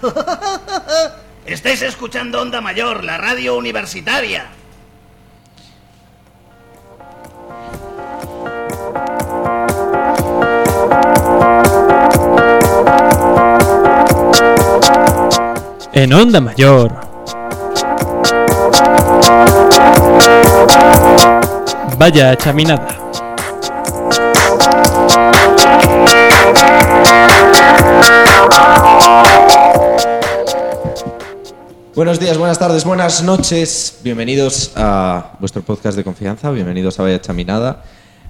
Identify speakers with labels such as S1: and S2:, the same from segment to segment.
S1: Estáis escuchando Onda Mayor, la radio universitaria.
S2: En Onda Mayor. Vaya chaminada.
S3: Buenos días, buenas tardes, buenas noches. Bienvenidos a vuestro podcast de confianza. Bienvenidos a Vaya Chaminada.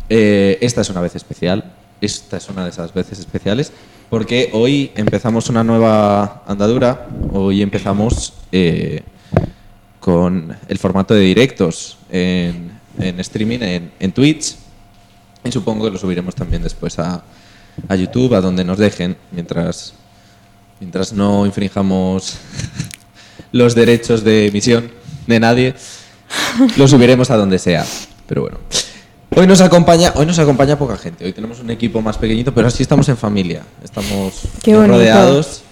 S3: Eh, esta es una vez especial. Esta es una de esas veces especiales. Porque hoy empezamos una nueva andadura. Hoy empezamos eh, con el formato de directos en, en streaming, en, en Twitch. Y supongo que lo subiremos también después a, a YouTube, a donde nos dejen, mientras, mientras no infringamos los derechos de emisión de nadie. Lo subiremos a donde sea. Pero bueno. Hoy nos acompaña, hoy nos acompaña poca gente. Hoy tenemos un equipo más pequeñito, pero así estamos en familia. Estamos
S4: Qué bonito.
S3: rodeados.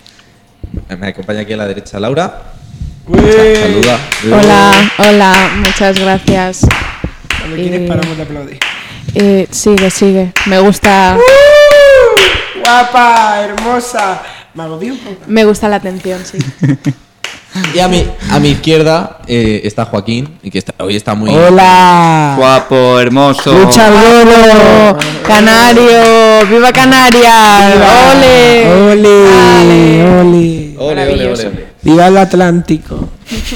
S3: Me acompaña aquí a la derecha Laura. Saluda.
S5: Eh.
S4: Hola, hola, muchas gracias.
S5: Cuando quieres
S4: Eh.
S5: paramos de aplaudir.
S4: Eh, sigue, sigue. Me gusta,
S5: Uh. Guapa, hermosa. Me agobió un poco.
S4: me gusta la atención, sí.
S3: Y a mi, a mi izquierda eh, está Joaquín, y que está- hoy está muy
S4: Hola.
S6: Guapo, hermoso.
S4: Luchador, Oh, canario, viva Canarias. Ole.
S5: Ole,
S4: Dale.
S5: ole.
S3: Ole, ole, ole, ole.
S5: Viva el Atlántico.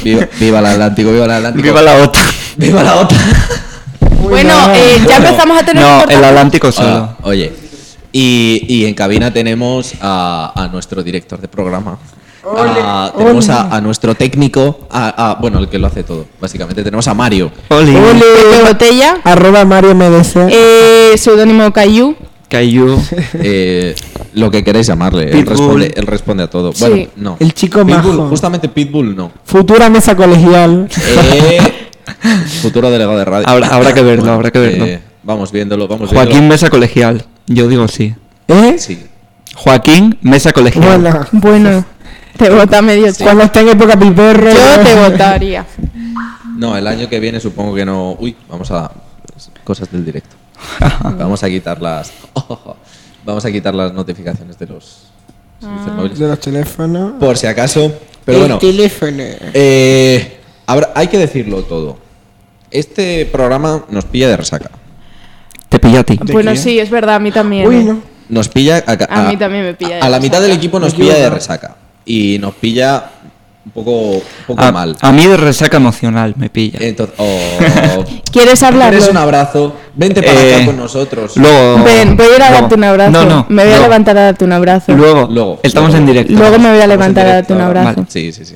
S3: Viva, viva el Atlántico, viva el Atlántico.
S6: Viva la OTA.
S3: Viva la OTAN.
S4: Bueno, eh, ya empezamos a tener
S6: No,
S4: corta-
S6: el Atlántico
S3: Ah,
S6: solo.
S3: oye, y, y en cabina tenemos a, a nuestro director de programa. Ah, tenemos a, a nuestro técnico, a, a- bueno, el que lo hace todo, básicamente. Tenemos a Mario.
S6: Oli.
S4: Pepe Botella,
S5: Arroba Mario MDC.
S4: eh, seudónimo Cayu.
S6: Caillou.
S3: eh, lo que queréis llamarle. Él
S6: Pitbull.
S3: responde, él responde a todo. Bueno,
S4: Sí.
S3: no.
S5: El chico
S3: Pitbull,
S5: majo.
S3: Justamente Pitbull no.
S5: Futura mesa colegial.
S3: Eh, futuro delegado de radio. eh,
S6: Habrá- habrá que verlo, habrá que verlo.
S3: vamos viéndolo, vamos
S6: Joaquín
S3: viéndolo.
S6: Mesa Colegial. Yo digo sí.
S5: ¿Eh?
S3: Sí.
S6: Joaquín Mesa Colegial.
S5: Bueno,
S4: Bueno, te vota medio cual.
S5: cuando esté en época piperro.
S4: Yo te votaría.
S3: No, el año que viene supongo que no. Uy, vamos a. Cosas del directo. Vamos a quitar las. vamos a quitar las notificaciones de los. servicios móviles.
S5: De los teléfonos.
S3: Por si acaso. Pero
S5: Ah. el
S3: bueno.
S5: teléfono.
S3: eh, habrá- hay que decirlo todo. Este programa nos pilla de resaca.
S6: Te pilla a ti.
S4: Bueno, sí, es verdad, a mí también.
S5: Uy,
S4: eh.
S5: no.
S3: Nos pilla. A, ca-
S4: A mí también me pilla de
S3: A la
S4: resaca.
S3: mitad del equipo nos
S5: Me
S3: pilla de
S5: equivoco.
S3: resaca. Y nos pilla un poco, un poco
S6: A,
S3: mal. Eh,
S6: a mí de resaca emocional me pilla.
S3: Entonces. oh,
S4: ¿Quieres hablarlo?
S3: ¿Quieres un abrazo? Vente para
S6: Eh,
S3: acá con nosotros.
S6: Luego.
S4: Ven, voy a ir a
S6: luego.
S4: darte un abrazo.
S6: No, no.
S4: Me voy a
S6: luego.
S4: levantar a darte un abrazo.
S6: Luego.
S3: Luego.
S6: Estamos
S3: Luego.
S6: en directo.
S4: Luego me voy a levantar a darte un
S3: Ahora,
S4: abrazo.
S6: vale.
S3: Sí, sí, sí.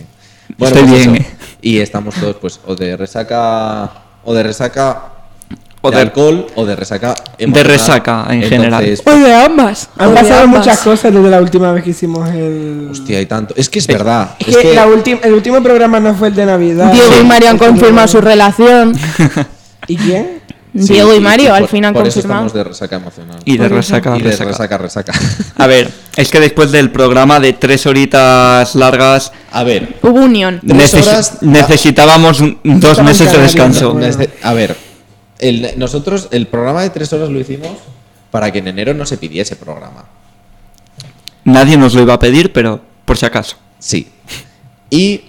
S6: Estoy
S3: pues
S6: bien,
S3: eso.
S6: eh.
S3: Y estamos todos, pues, o de resaca. O de resaca.
S6: O
S3: de
S6: de-
S3: alcohol o de resaca.
S6: De resaca, en general.
S4: Oye, ambas.
S5: Han
S4: Oye,
S5: pasado
S4: ambas.
S5: muchas cosas desde la última vez que hicimos el.
S3: Hostia, hay tanto. Es que es verdad.
S5: Es que, la ulti- el último programa no fue el de Navidad. Este
S4: Diego y Mario han confirmado su relación.
S5: ¿Y quién?
S3: Sí,
S4: Diego y
S3: sí,
S4: Mario
S3: por-
S4: al fin han
S3: por
S4: confirmado.
S3: Eso estamos de resaca emocional.
S6: Y de resaca,
S3: Y de
S6: resaca.
S3: resaca, resaca.
S6: A ver, es que después del programa de tres horitas largas.
S3: A ver.
S4: Hubo unión.
S3: Tres
S6: necesi-
S3: horas-
S6: necesitábamos un- dos
S5: Estaban
S6: meses de
S5: canarios,
S6: descanso.
S5: Bueno.
S3: Desde- a ver. el- nosotros el programa de tres horas lo hicimos para que en enero no se pidiese programa.
S6: Nadie nos lo iba a pedir, pero por si acaso.
S3: Sí. Y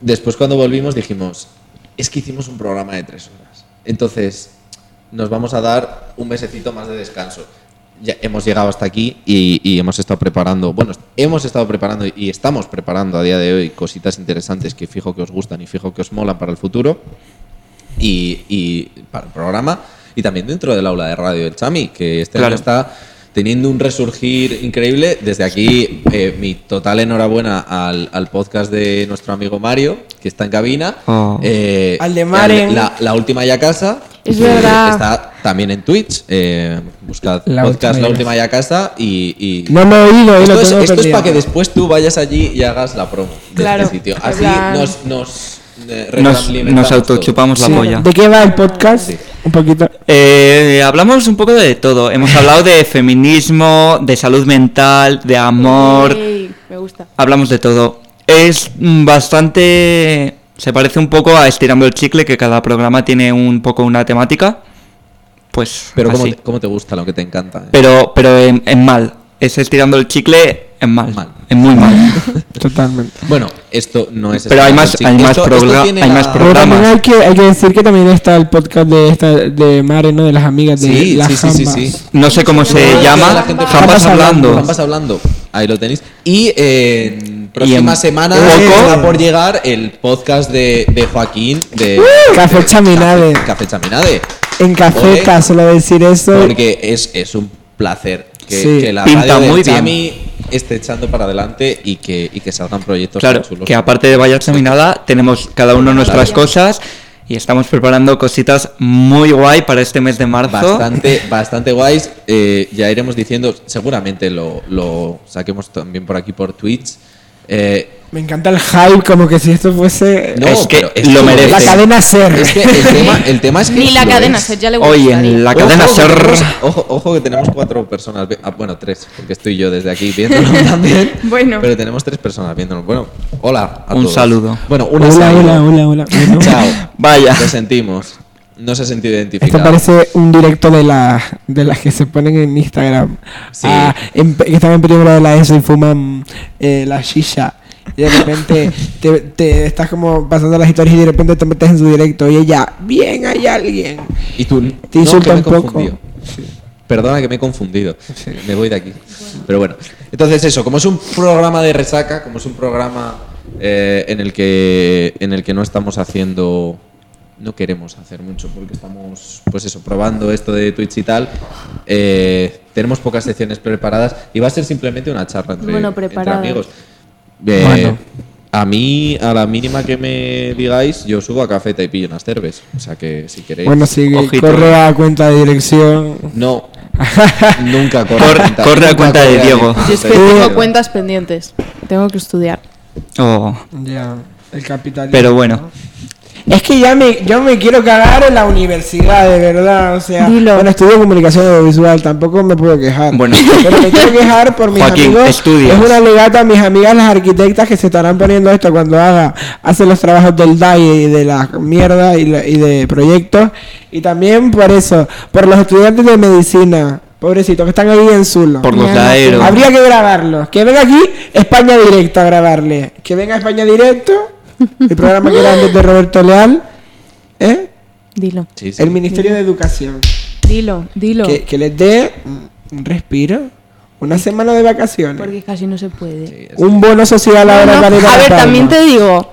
S3: después cuando volvimos dijimos, es que hicimos un programa de tres horas. Entonces, nos vamos a dar un mesecito más de descanso. Ya hemos llegado hasta aquí y, y hemos estado preparando, bueno, hemos estado preparando y estamos preparando a día de hoy cositas interesantes que fijo que os gustan y fijo que os molan para el futuro y, y para el programa y también dentro del aula de radio del Chami, que este
S6: Claro.
S3: año está teniendo un resurgir increíble. Desde aquí, eh, mi total enhorabuena al, al podcast de nuestro amigo Mario, que está en cabina.
S6: Oh.
S3: Eh,
S5: Al de Maren.
S3: La, la última ya casa.
S4: Es
S3: que
S4: verdad.
S3: Está también en Twitch. eh, buscad
S5: La
S3: podcast La
S5: Última Ya
S3: última ya casa y... y-
S5: No me he oído, y lo
S3: esto es,
S5: tengo
S3: esto es
S5: perdido.
S3: para que después tú vayas allí y hagas la promo de
S4: Claro,
S3: este sitio.
S4: en
S3: Así
S4: plan-
S3: nos, nos, eh,
S6: Nos,
S3: retroalimentamos
S6: nos autochupamos la
S5: Sí,
S6: polla.
S5: ¿De qué va el podcast?
S3: Sí.
S5: Un poquito.
S6: Eh, hablamos un poco de todo. Hemos hablado de feminismo, de salud mental, de amor.
S4: Ey, me gusta.
S6: Hablamos de todo. es mm, bastante... Se parece un poco a Estirando el Chicle, que cada programa tiene un poco una temática. Pues
S3: Pero ¿cómo
S6: así.
S3: te, cómo te gusta lo que te encanta? eh?
S6: Pero, pero en, en mal. Es Estirando el Chicle en mal.
S3: Mal.
S6: En muy mal.
S5: Totalmente.
S3: Bueno, esto no es...
S6: Pero hay más-
S3: Esto-
S6: hay más
S3: esto
S6: progra-
S3: tiene
S6: hay
S3: la-
S6: más
S5: Pero
S6: programa.
S5: también hay que, hay que decir que también está el podcast de esta de Mare, ¿no? De las amigas de
S3: Sí,
S5: las
S3: sí, sí, sí,
S5: jambas.
S3: sí.
S6: No sé cómo se
S3: Ahora queda
S6: llama.
S3: la gente-
S6: Jamás hablando.
S3: Jamás hablando. Ahí lo tenéis. Y eh, en próxima
S6: en
S3: semana
S6: poco-
S3: está por llegar el podcast de, de Joaquín
S6: Uh,
S3: de
S5: Café Chaminade.
S3: Café, Café Chaminade.
S5: En
S3: Ole.
S5: cafeta, solo decir eso.
S3: Porque es, es un placer que,
S5: Sí.
S3: que la
S6: Pinta
S3: radio
S6: muy
S3: de
S6: bien.
S3: Chami esté echando para adelante y que, y que salgan proyectos
S6: Claro,
S3: tan chulos.
S6: que aparte de Vaya Examinada, tenemos cada uno nuestras cosas y estamos preparando cositas muy guay para este mes de marzo.
S3: Bastante, bastante guays. Eh, ya iremos diciendo, seguramente lo, lo saquemos también por aquí por Twitch. Eh,
S5: Me encanta el hype, como que si esto fuese
S3: No,
S6: es que
S3: pero es
S6: lo
S3: que-
S6: merece.
S5: la cadena ser.
S3: Es que el tema, el tema es que.
S7: Ni la
S3: lo
S7: cadena,
S3: es.
S7: Ser ya le
S6: Hoy
S7: gustaría.
S6: en la
S3: Ojo,
S6: cadena
S3: que
S6: SER.
S3: tenemos- Ojo, ojo que tenemos cuatro personas. vi- ah, bueno, tres, porque estoy yo desde aquí viéndolo también.
S7: Bueno.
S3: Pero tenemos tres personas viéndolo. Bueno, hola. a
S6: Un
S3: todos.
S6: saludo.
S3: Bueno, una
S5: Hola,
S3: saludo.
S5: hola, hola, hola. Bueno,
S3: Chao.
S6: Vaya.
S3: Lo sentimos. No se ha sentido
S5: Esto
S3: identificado.
S5: parece un directo de las de las que se ponen en Instagram.
S3: Sí.
S5: Ah, en- que están en primero de la ESO y fuman eh, la shisha. Y de repente te, te estás como pasando las historias y de repente te metes en su directo y ella, bien, hay alguien.
S3: Y tú. no,
S5: Te
S3: que me
S5: insulta un
S3: he
S5: poco.
S3: confundido. Perdona que me he confundido. Me voy de aquí. Pero bueno. Entonces eso, como es un programa de resaca, como es un programa eh, en, el que, en el que no estamos haciendo... No queremos hacer mucho porque estamos, pues eso, probando esto de Twitch y tal. eh, tenemos pocas secciones preparadas y va a ser simplemente una charla entre,
S7: Bueno,
S3: entre
S7: preparadas.
S3: amigos. Eh, A mí, a la mínima que me digáis, yo subo a cafeta y pillo unas cervezas. O sea que si queréis...
S5: Bueno, sigue,
S6: Ojito. eh.
S5: corre a cuenta de dirección.
S3: No. Nunca corre,
S6: Cor- corre a
S3: nunca
S6: cuenta de
S3: corre a
S6: Diego.
S3: cuenta
S7: Yo es que
S3: de
S7: tengo
S3: Diego.
S7: cuentas pendientes. Tengo que estudiar.
S6: Oh,
S5: Ya, el capital.
S6: pero bueno,
S5: Es que ya me, yo me quiero cagar en la universidad, de verdad. O sea,
S4: Dilo.
S5: bueno, estudio comunicación audiovisual, tampoco me puedo
S3: Ah.
S5: quejar.
S6: Bueno.
S5: pero me quiero quejar por mis
S6: Joaquín,
S5: amigos.
S6: estudias.
S5: Es una legata a mis amigas las arquitectas que se estarán poniendo esto cuando haga, hacen los trabajos del DAI y de la mierda y, la- y de proyectos. Y también por eso, por los estudiantes de medicina, pobrecitos, que están ahí en Zulo.
S6: por los
S4: Mierda,
S6: daeros.
S5: Habría que grabarlo. Que venga aquí España Directo a grabarle. Que venga España Directo. El programa que era antes de Roberto Leal. ¿eh?
S7: Dilo.
S3: Sí, sí.
S5: El Ministerio de Educación.
S7: Dilo, dilo.
S5: Que, que les dé un respiro. Una semana de vacaciones.
S7: Porque casi no se puede.
S5: Un bono social
S7: No,
S5: ahora
S7: no,
S5: para ir
S7: A
S5: La
S7: ver,
S5: Palma.
S7: también te digo,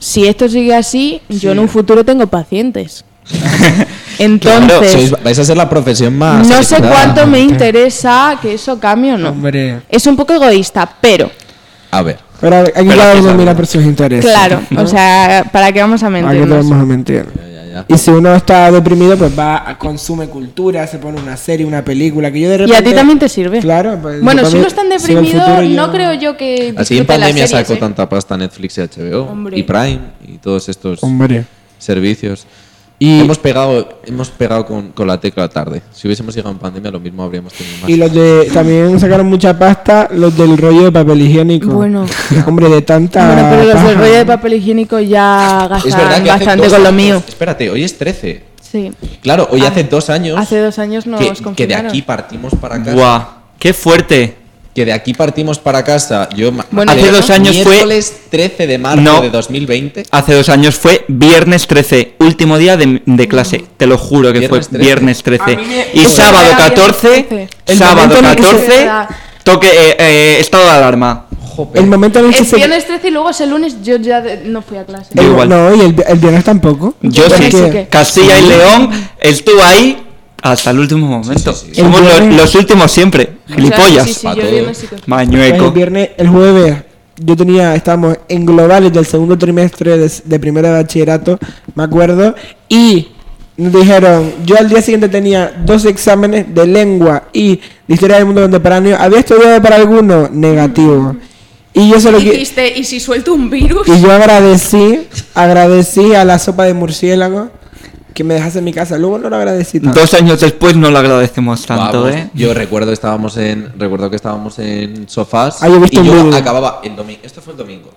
S7: si esto sigue así, yo en un futuro tengo pacientes.
S3: Sois-
S7: Entonces,
S3: vais a ser la profesión
S5: Ah,
S3: más.
S7: no sé
S3: afectada.
S7: cuánto me interesa que eso cambie o no.
S5: Hombre.
S7: Es un poco egoísta, pero
S3: A ver.
S5: Pero aquí cada uno mira por sus intereses.
S7: claro,
S5: ¿no?
S7: o sea, ¿para qué vamos a
S5: Aquí te vamos
S7: mentirnos?
S5: a mentir.
S3: Ya, ya, ya.
S5: Y si uno está deprimido, pues va a consume cultura, se pone una serie, una película, que yo de
S7: Y
S5: repente...
S7: a ti también te sirve.
S5: Claro, pues,
S7: bueno,
S5: yo
S7: si
S5: también-
S7: uno está en
S5: si en el
S7: deprimido,
S5: futuro
S7: no
S5: yo-
S7: creo yo que.
S3: Así en
S7: disfrute las
S3: pandemia
S7: series,
S3: sacó
S7: ¿eh?
S3: tanta pasta Netflix y HBO
S7: Hombre.
S3: y Prime y todos estos
S5: Hombre.
S3: servicios. Y hemos pegado, hemos pegado con, con la tecla tarde. Si hubiésemos llegado en pandemia, lo mismo habríamos tenido más.
S5: Y los de también sacaron mucha pasta los del rollo de papel higiénico.
S7: Bueno.
S5: Hombre, de tanta
S7: Bueno, pero los
S5: paja.
S7: del rollo de papel higiénico ya
S3: es verdad
S7: gastan
S3: que hace
S7: bastante
S3: dos
S7: con lo
S3: años-
S7: mío.
S3: Espérate, hoy es 13.
S7: Sí.
S3: Claro, hoy
S7: Ah,
S3: hace dos años.
S7: Hace dos años nos
S3: que,
S7: confinaron.
S3: que de aquí partimos para casa.
S6: Guau, qué fuerte.
S3: Que de aquí partimos para casa. Yo ma-
S7: Bueno,
S3: de-
S7: Hace
S6: dos años fue-
S3: miércoles 13 de marzo
S6: No.
S3: de 2020.
S6: Hace dos años fue viernes 13, último día de, de
S5: Mm.
S6: clase. Te lo juro que
S3: Viernes
S6: fue
S3: 13.
S6: viernes 13. Y
S5: Pues
S7: Joder.
S6: sábado
S7: Era viernes
S6: 14,
S7: 13.
S5: El
S6: sábado
S5: momento en el que se-
S6: 14, toque eh, eh, estado de alarma.
S5: El momento en el que
S7: El
S5: se.
S7: viernes 13 y luego ese lunes yo ya de- no fui a clase.
S5: el-
S6: Yo igual.
S5: No, y el, vi- el viernes tampoco.
S6: Yo
S7: Yo
S6: sí,
S7: sí que-
S6: Castilla y León estuvo ahí hasta el último momento. Somos
S5: El
S6: los,
S5: viernes-
S6: los últimos siempre,
S7: O sea,
S6: gilipollas.
S7: sí, sí,
S3: pa'
S7: yo el
S3: todo.
S7: viernes sí que fui.
S5: Pues el
S6: Mañueco.
S5: viernes, el jueves, yo tenía, estábamos en globales del segundo trimestre de, de primero de bachillerato, me acuerdo, y nos dijeron, yo al día siguiente tenía dos exámenes de lengua y de historia del mundo contemporáneo, había estudiado para alguno, negativo. Y yo solo que
S7: Dijiste, ¿y si suelto un virus?
S5: y yo agradecí, agradecí a la sopa de murciélago que me dejase en mi casa. Luego no lo agradecí tanto.
S6: Dos años después no lo agradecemos tanto,
S3: Vamos,
S6: ¿eh?
S3: Yo recuerdo estábamos en recuerdo que estábamos en sofás
S5: Ah, yo he visto
S3: y
S5: un
S3: yo
S5: vídeo.
S3: acababa el domingo. Esto fue el domingo.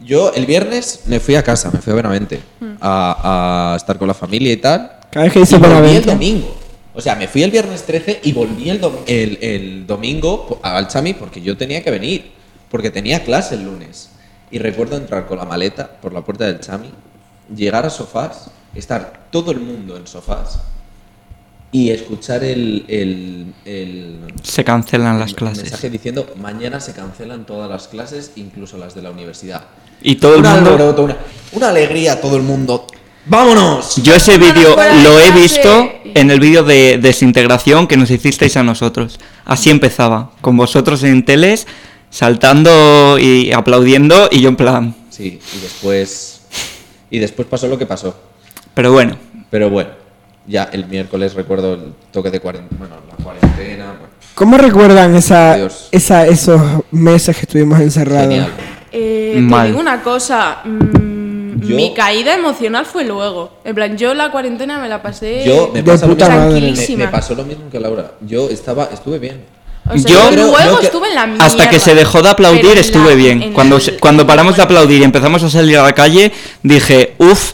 S3: Yo el viernes me fui a casa, me fui a Benavente a, a estar con la familia y tal.
S5: Cada vez que dice
S3: y volví el
S5: Benavente.
S3: domingo. O sea, me fui el viernes 13 y volví el, dom- el, el domingo po- al Chami porque yo tenía que venir, porque tenía clase el lunes. Y recuerdo entrar con la maleta por la puerta del Chami, llegar a sofás, estar todo el mundo en sofás y escuchar el- el- el
S6: Se cancelan las
S3: un
S6: clases.
S3: mensaje diciendo mañana se cancelan todas las clases, incluso las de la universidad.
S6: Y todo el
S3: Un
S6: mundo...
S3: alboroto, una, una alegría todo el mundo. ¡Vámonos!
S6: Yo ese vídeo
S7: fuera de
S6: lo he
S7: clase.
S6: visto en el vídeo de desintegración que nos hicisteis a nosotros. Así empezaba, con vosotros en teles, saltando y aplaudiendo y yo en plan...
S3: Sí, y después y después pasó lo que pasó.
S6: Pero bueno,
S3: Pero bueno, ya el miércoles recuerdo el toque de cuarentena, bueno, la cuarentena, bueno,
S5: ¿Cómo recuerdan esa,
S3: Dios.
S5: esa, esos meses que estuvimos encerrados?
S3: genial.
S7: Eh, te
S6: Mal.
S7: digo una cosa. mm,
S3: Yo-
S7: Mi caída emocional fue luego. En plan, yo la cuarentena me la pasé.
S3: Yo me,
S5: de
S3: pasa lo
S5: puta
S3: mismo-
S7: madre.
S3: me- me
S7: Tranquilísima.
S3: pasó lo mismo que Laura. Yo estaba estuve bien.
S7: O sea,
S6: Yo
S7: yo,
S6: creo-
S7: luego
S3: creo que
S7: estuve en la mierda.
S6: Hasta que se dejó de
S7: Pero en
S6: aplaudir
S7: la-
S6: estuve bien.
S7: en
S6: Cuando,
S7: el-
S6: se- cuando paramos de aplaudir y empezamos a salir a la calle, dije, uff,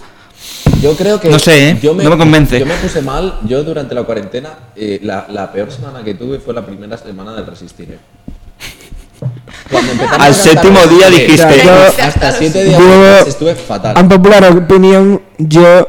S3: Yo creo que.
S6: No sé, ¿eh? No me convence.
S3: Yo me puse mal. Yo durante la cuarentena, eh, la, la peor semana que tuve fue la primera semana del Resistiré. Cuando empezamos
S6: Al
S3: a
S6: séptimo
S3: cantar
S6: día
S3: Resistiré,
S6: dijiste,
S5: yo-
S3: hasta siete días después
S5: Yo,
S3: estuve fatal.
S5: en popular opinión, yo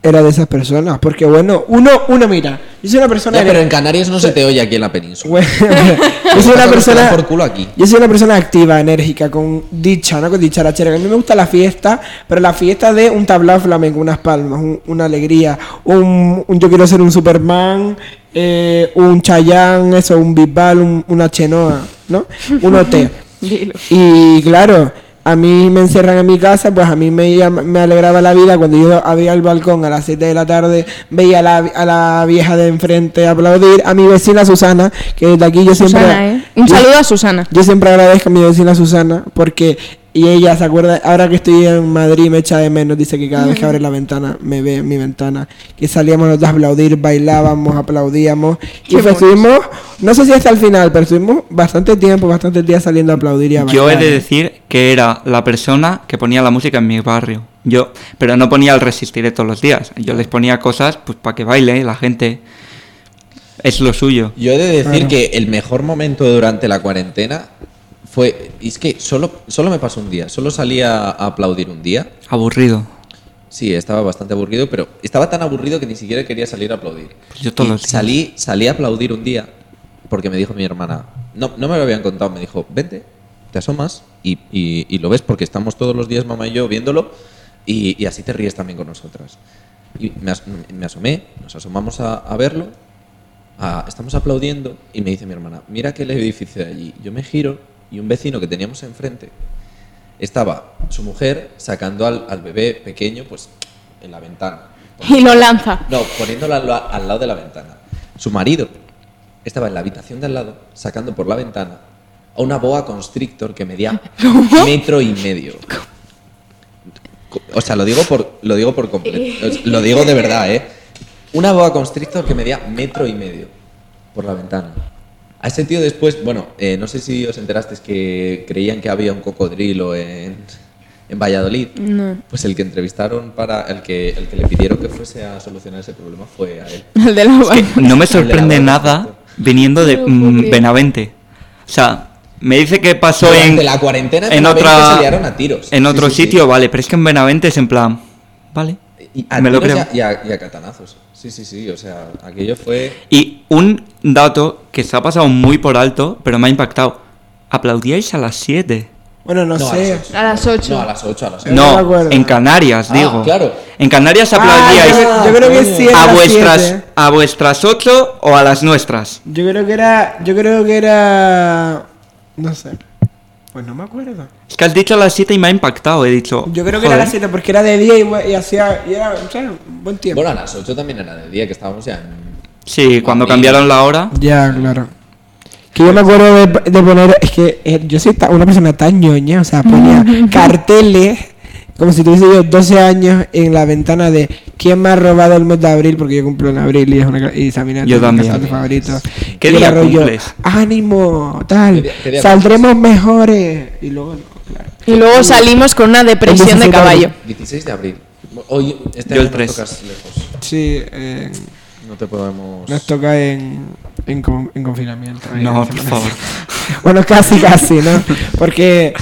S5: era de esas personas. Porque, bueno, uno, uno mira. Yo soy una persona.
S3: Ya, pero en Canarias no se te oye aquí en la península.
S5: Bueno, yo soy una
S3: Nosotros nos
S5: persona.
S3: dan por culo aquí.
S5: Yo soy una persona activa, enérgica, con dicha, no con dicharachera. A mí me gusta la fiesta, pero la fiesta de un tablao flamenco, unas palmas, un- una alegría, un, un yo quiero ser un Superman, eh, un Chayán, eso, un Bisbal, un- una Chenoa, ¿no? Un OT. y claro, a mí me encerran en mi casa, pues a mí me, llama- me alegraba la vida cuando yo abría el balcón a las 7 de la tarde, veía a la, a la vieja de enfrente aplaudir, a mi vecina Susana, que desde aquí yo
S4: Susana,
S5: siempre...
S4: ¿eh? Un
S5: yo-
S4: saludo a Susana.
S5: yo siempre agradezco a mi vecina Susana porque y ella se acuerda, ahora que estoy en Madrid me echa de menos, dice que cada vez que abre la ventana me ve en mi ventana, que salíamos nosotros a aplaudir, bailábamos, aplaudíamos y pues estuvimos, no sé si hasta el final, pero estuvimos bastante tiempo, bastantes días saliendo a aplaudir y a
S6: yo he
S5: bailar.
S6: de decir que era la persona que ponía la música en mi barrio. Yo, pero no ponía el resistiré todos los días. Yo les ponía cosas pues para que baile la gente. Es lo suyo.
S3: Yo he de decir
S5: Claro.
S3: que el mejor momento durante la cuarentena fue. y es que solo, solo me pasó un día. Solo salí a- a aplaudir un día.
S6: Aburrido.
S3: Sí, estaba bastante aburrido, pero estaba tan aburrido que ni siquiera quería salir a aplaudir.
S6: Pues yo todos
S3: Y
S6: los días.
S3: salí, salí a aplaudir un día porque me dijo mi hermana, no, no me lo habían contado, me dijo, vente, te asomas y, y- y lo ves porque estamos todos los días mamá y yo viéndolo y, y así te ríes también con nosotras. Y me, as- me asomé, nos asomamos a, a verlo, a- estamos aplaudiendo y me dice mi hermana, mira aquel edificio de allí. Yo me giro y un vecino que teníamos enfrente estaba su mujer sacando al, al bebé pequeño pues en la ventana.
S7: Y lo lanza.
S3: No, poniéndolo al, la- al lado de la ventana. Su marido estaba en la habitación de al lado sacando por la ventana a una boa constrictor que medía metro y medio. Co- O sea, lo digo por lo digo por completo. Es- Lo digo de verdad, ¿eh? Una boa constrictor que medía metro y medio por la ventana. A ese tío después, bueno, eh, no sé si os enterasteis que creían que había un cocodrilo en, en Valladolid. Pues el que entrevistaron para. El que, el que le pidieron que fuese a solucionar ese problema fue a él.
S4: El de la
S6: Que no me
S3: El de la
S6: sorprende
S3: barba,
S6: nada
S3: perfecto.
S6: viniendo de
S7: No lo puedo
S6: mm,
S7: creer.
S6: Benavente. O sea, me dice que pasó
S3: Durante
S6: en
S3: la cuarentena en
S6: en
S3: Benavente
S6: otra
S3: se liaron a tiros.
S6: En
S3: Sí,
S6: otro
S3: sí, sí.
S6: sitio, vale, pero es que en Benavente es en plan, vale.
S3: Y a,
S6: me lo
S3: tiros
S6: creo.
S3: y a- y a- y a catanazos. Sí, sí, sí. O sea, aquello fue.
S6: Y un dato que se ha pasado muy por alto, pero me ha impactado. Aplaudíais a las 7.
S5: Bueno, no,
S3: No,
S5: sé.
S3: ocho.
S7: A las ocho.
S3: No, a las 8, a las 8.
S5: no me
S6: No,
S5: acuerdo.
S6: en Canarias,
S3: Ah,
S6: digo.
S3: claro.
S6: En Canarias
S5: Ah,
S6: aplaudíais
S5: yo, yo creo que sí era
S6: a
S5: las
S6: vuestras
S5: siete.
S6: a vuestras 8 o a las nuestras.
S5: Yo creo que era, yo creo que era, no sé. Pues no me acuerdo.
S6: Es que has dicho a las 7 y me ha impactado, he dicho.
S5: Yo creo que era
S6: joder.
S5: las 7 porque era de día y, y hacía, y era, o sea, buen tiempo.
S3: Bueno, a las 8 también era de día, que estábamos ya en.
S6: Sí, cuando
S3: Mami.
S6: cambiaron la hora.
S5: Ya, claro. Que yo me acuerdo de, de poner, es que eh, yo soy ta- una persona tan ñoña, o sea, ponía carteles como si tuviese yo 12 años en la ventana de quién me ha robado el mes de abril, porque yo cumplo en abril y es una ca- y examinar
S6: Yo también.
S5: favorito.
S6: ¿Qué
S5: Y era
S6: día
S5: rollo,
S6: cumples?
S5: ánimo,
S3: ¿Qué
S5: tal,
S3: día- qué día
S5: saldremos mejores. Y luego no.
S7: Y luego salimos con una depresión de
S5: Necesitamos.
S7: caballo.
S3: 16 de abril. Hoy, este
S6: Yo el
S3: año nos
S6: tres.
S3: tocas lejos.
S5: Sí, eh,
S3: No te podemos.
S5: nos toca en, en, con- en confinamiento.
S6: No, por favor.
S5: Bueno, casi, casi, ¿no? Porque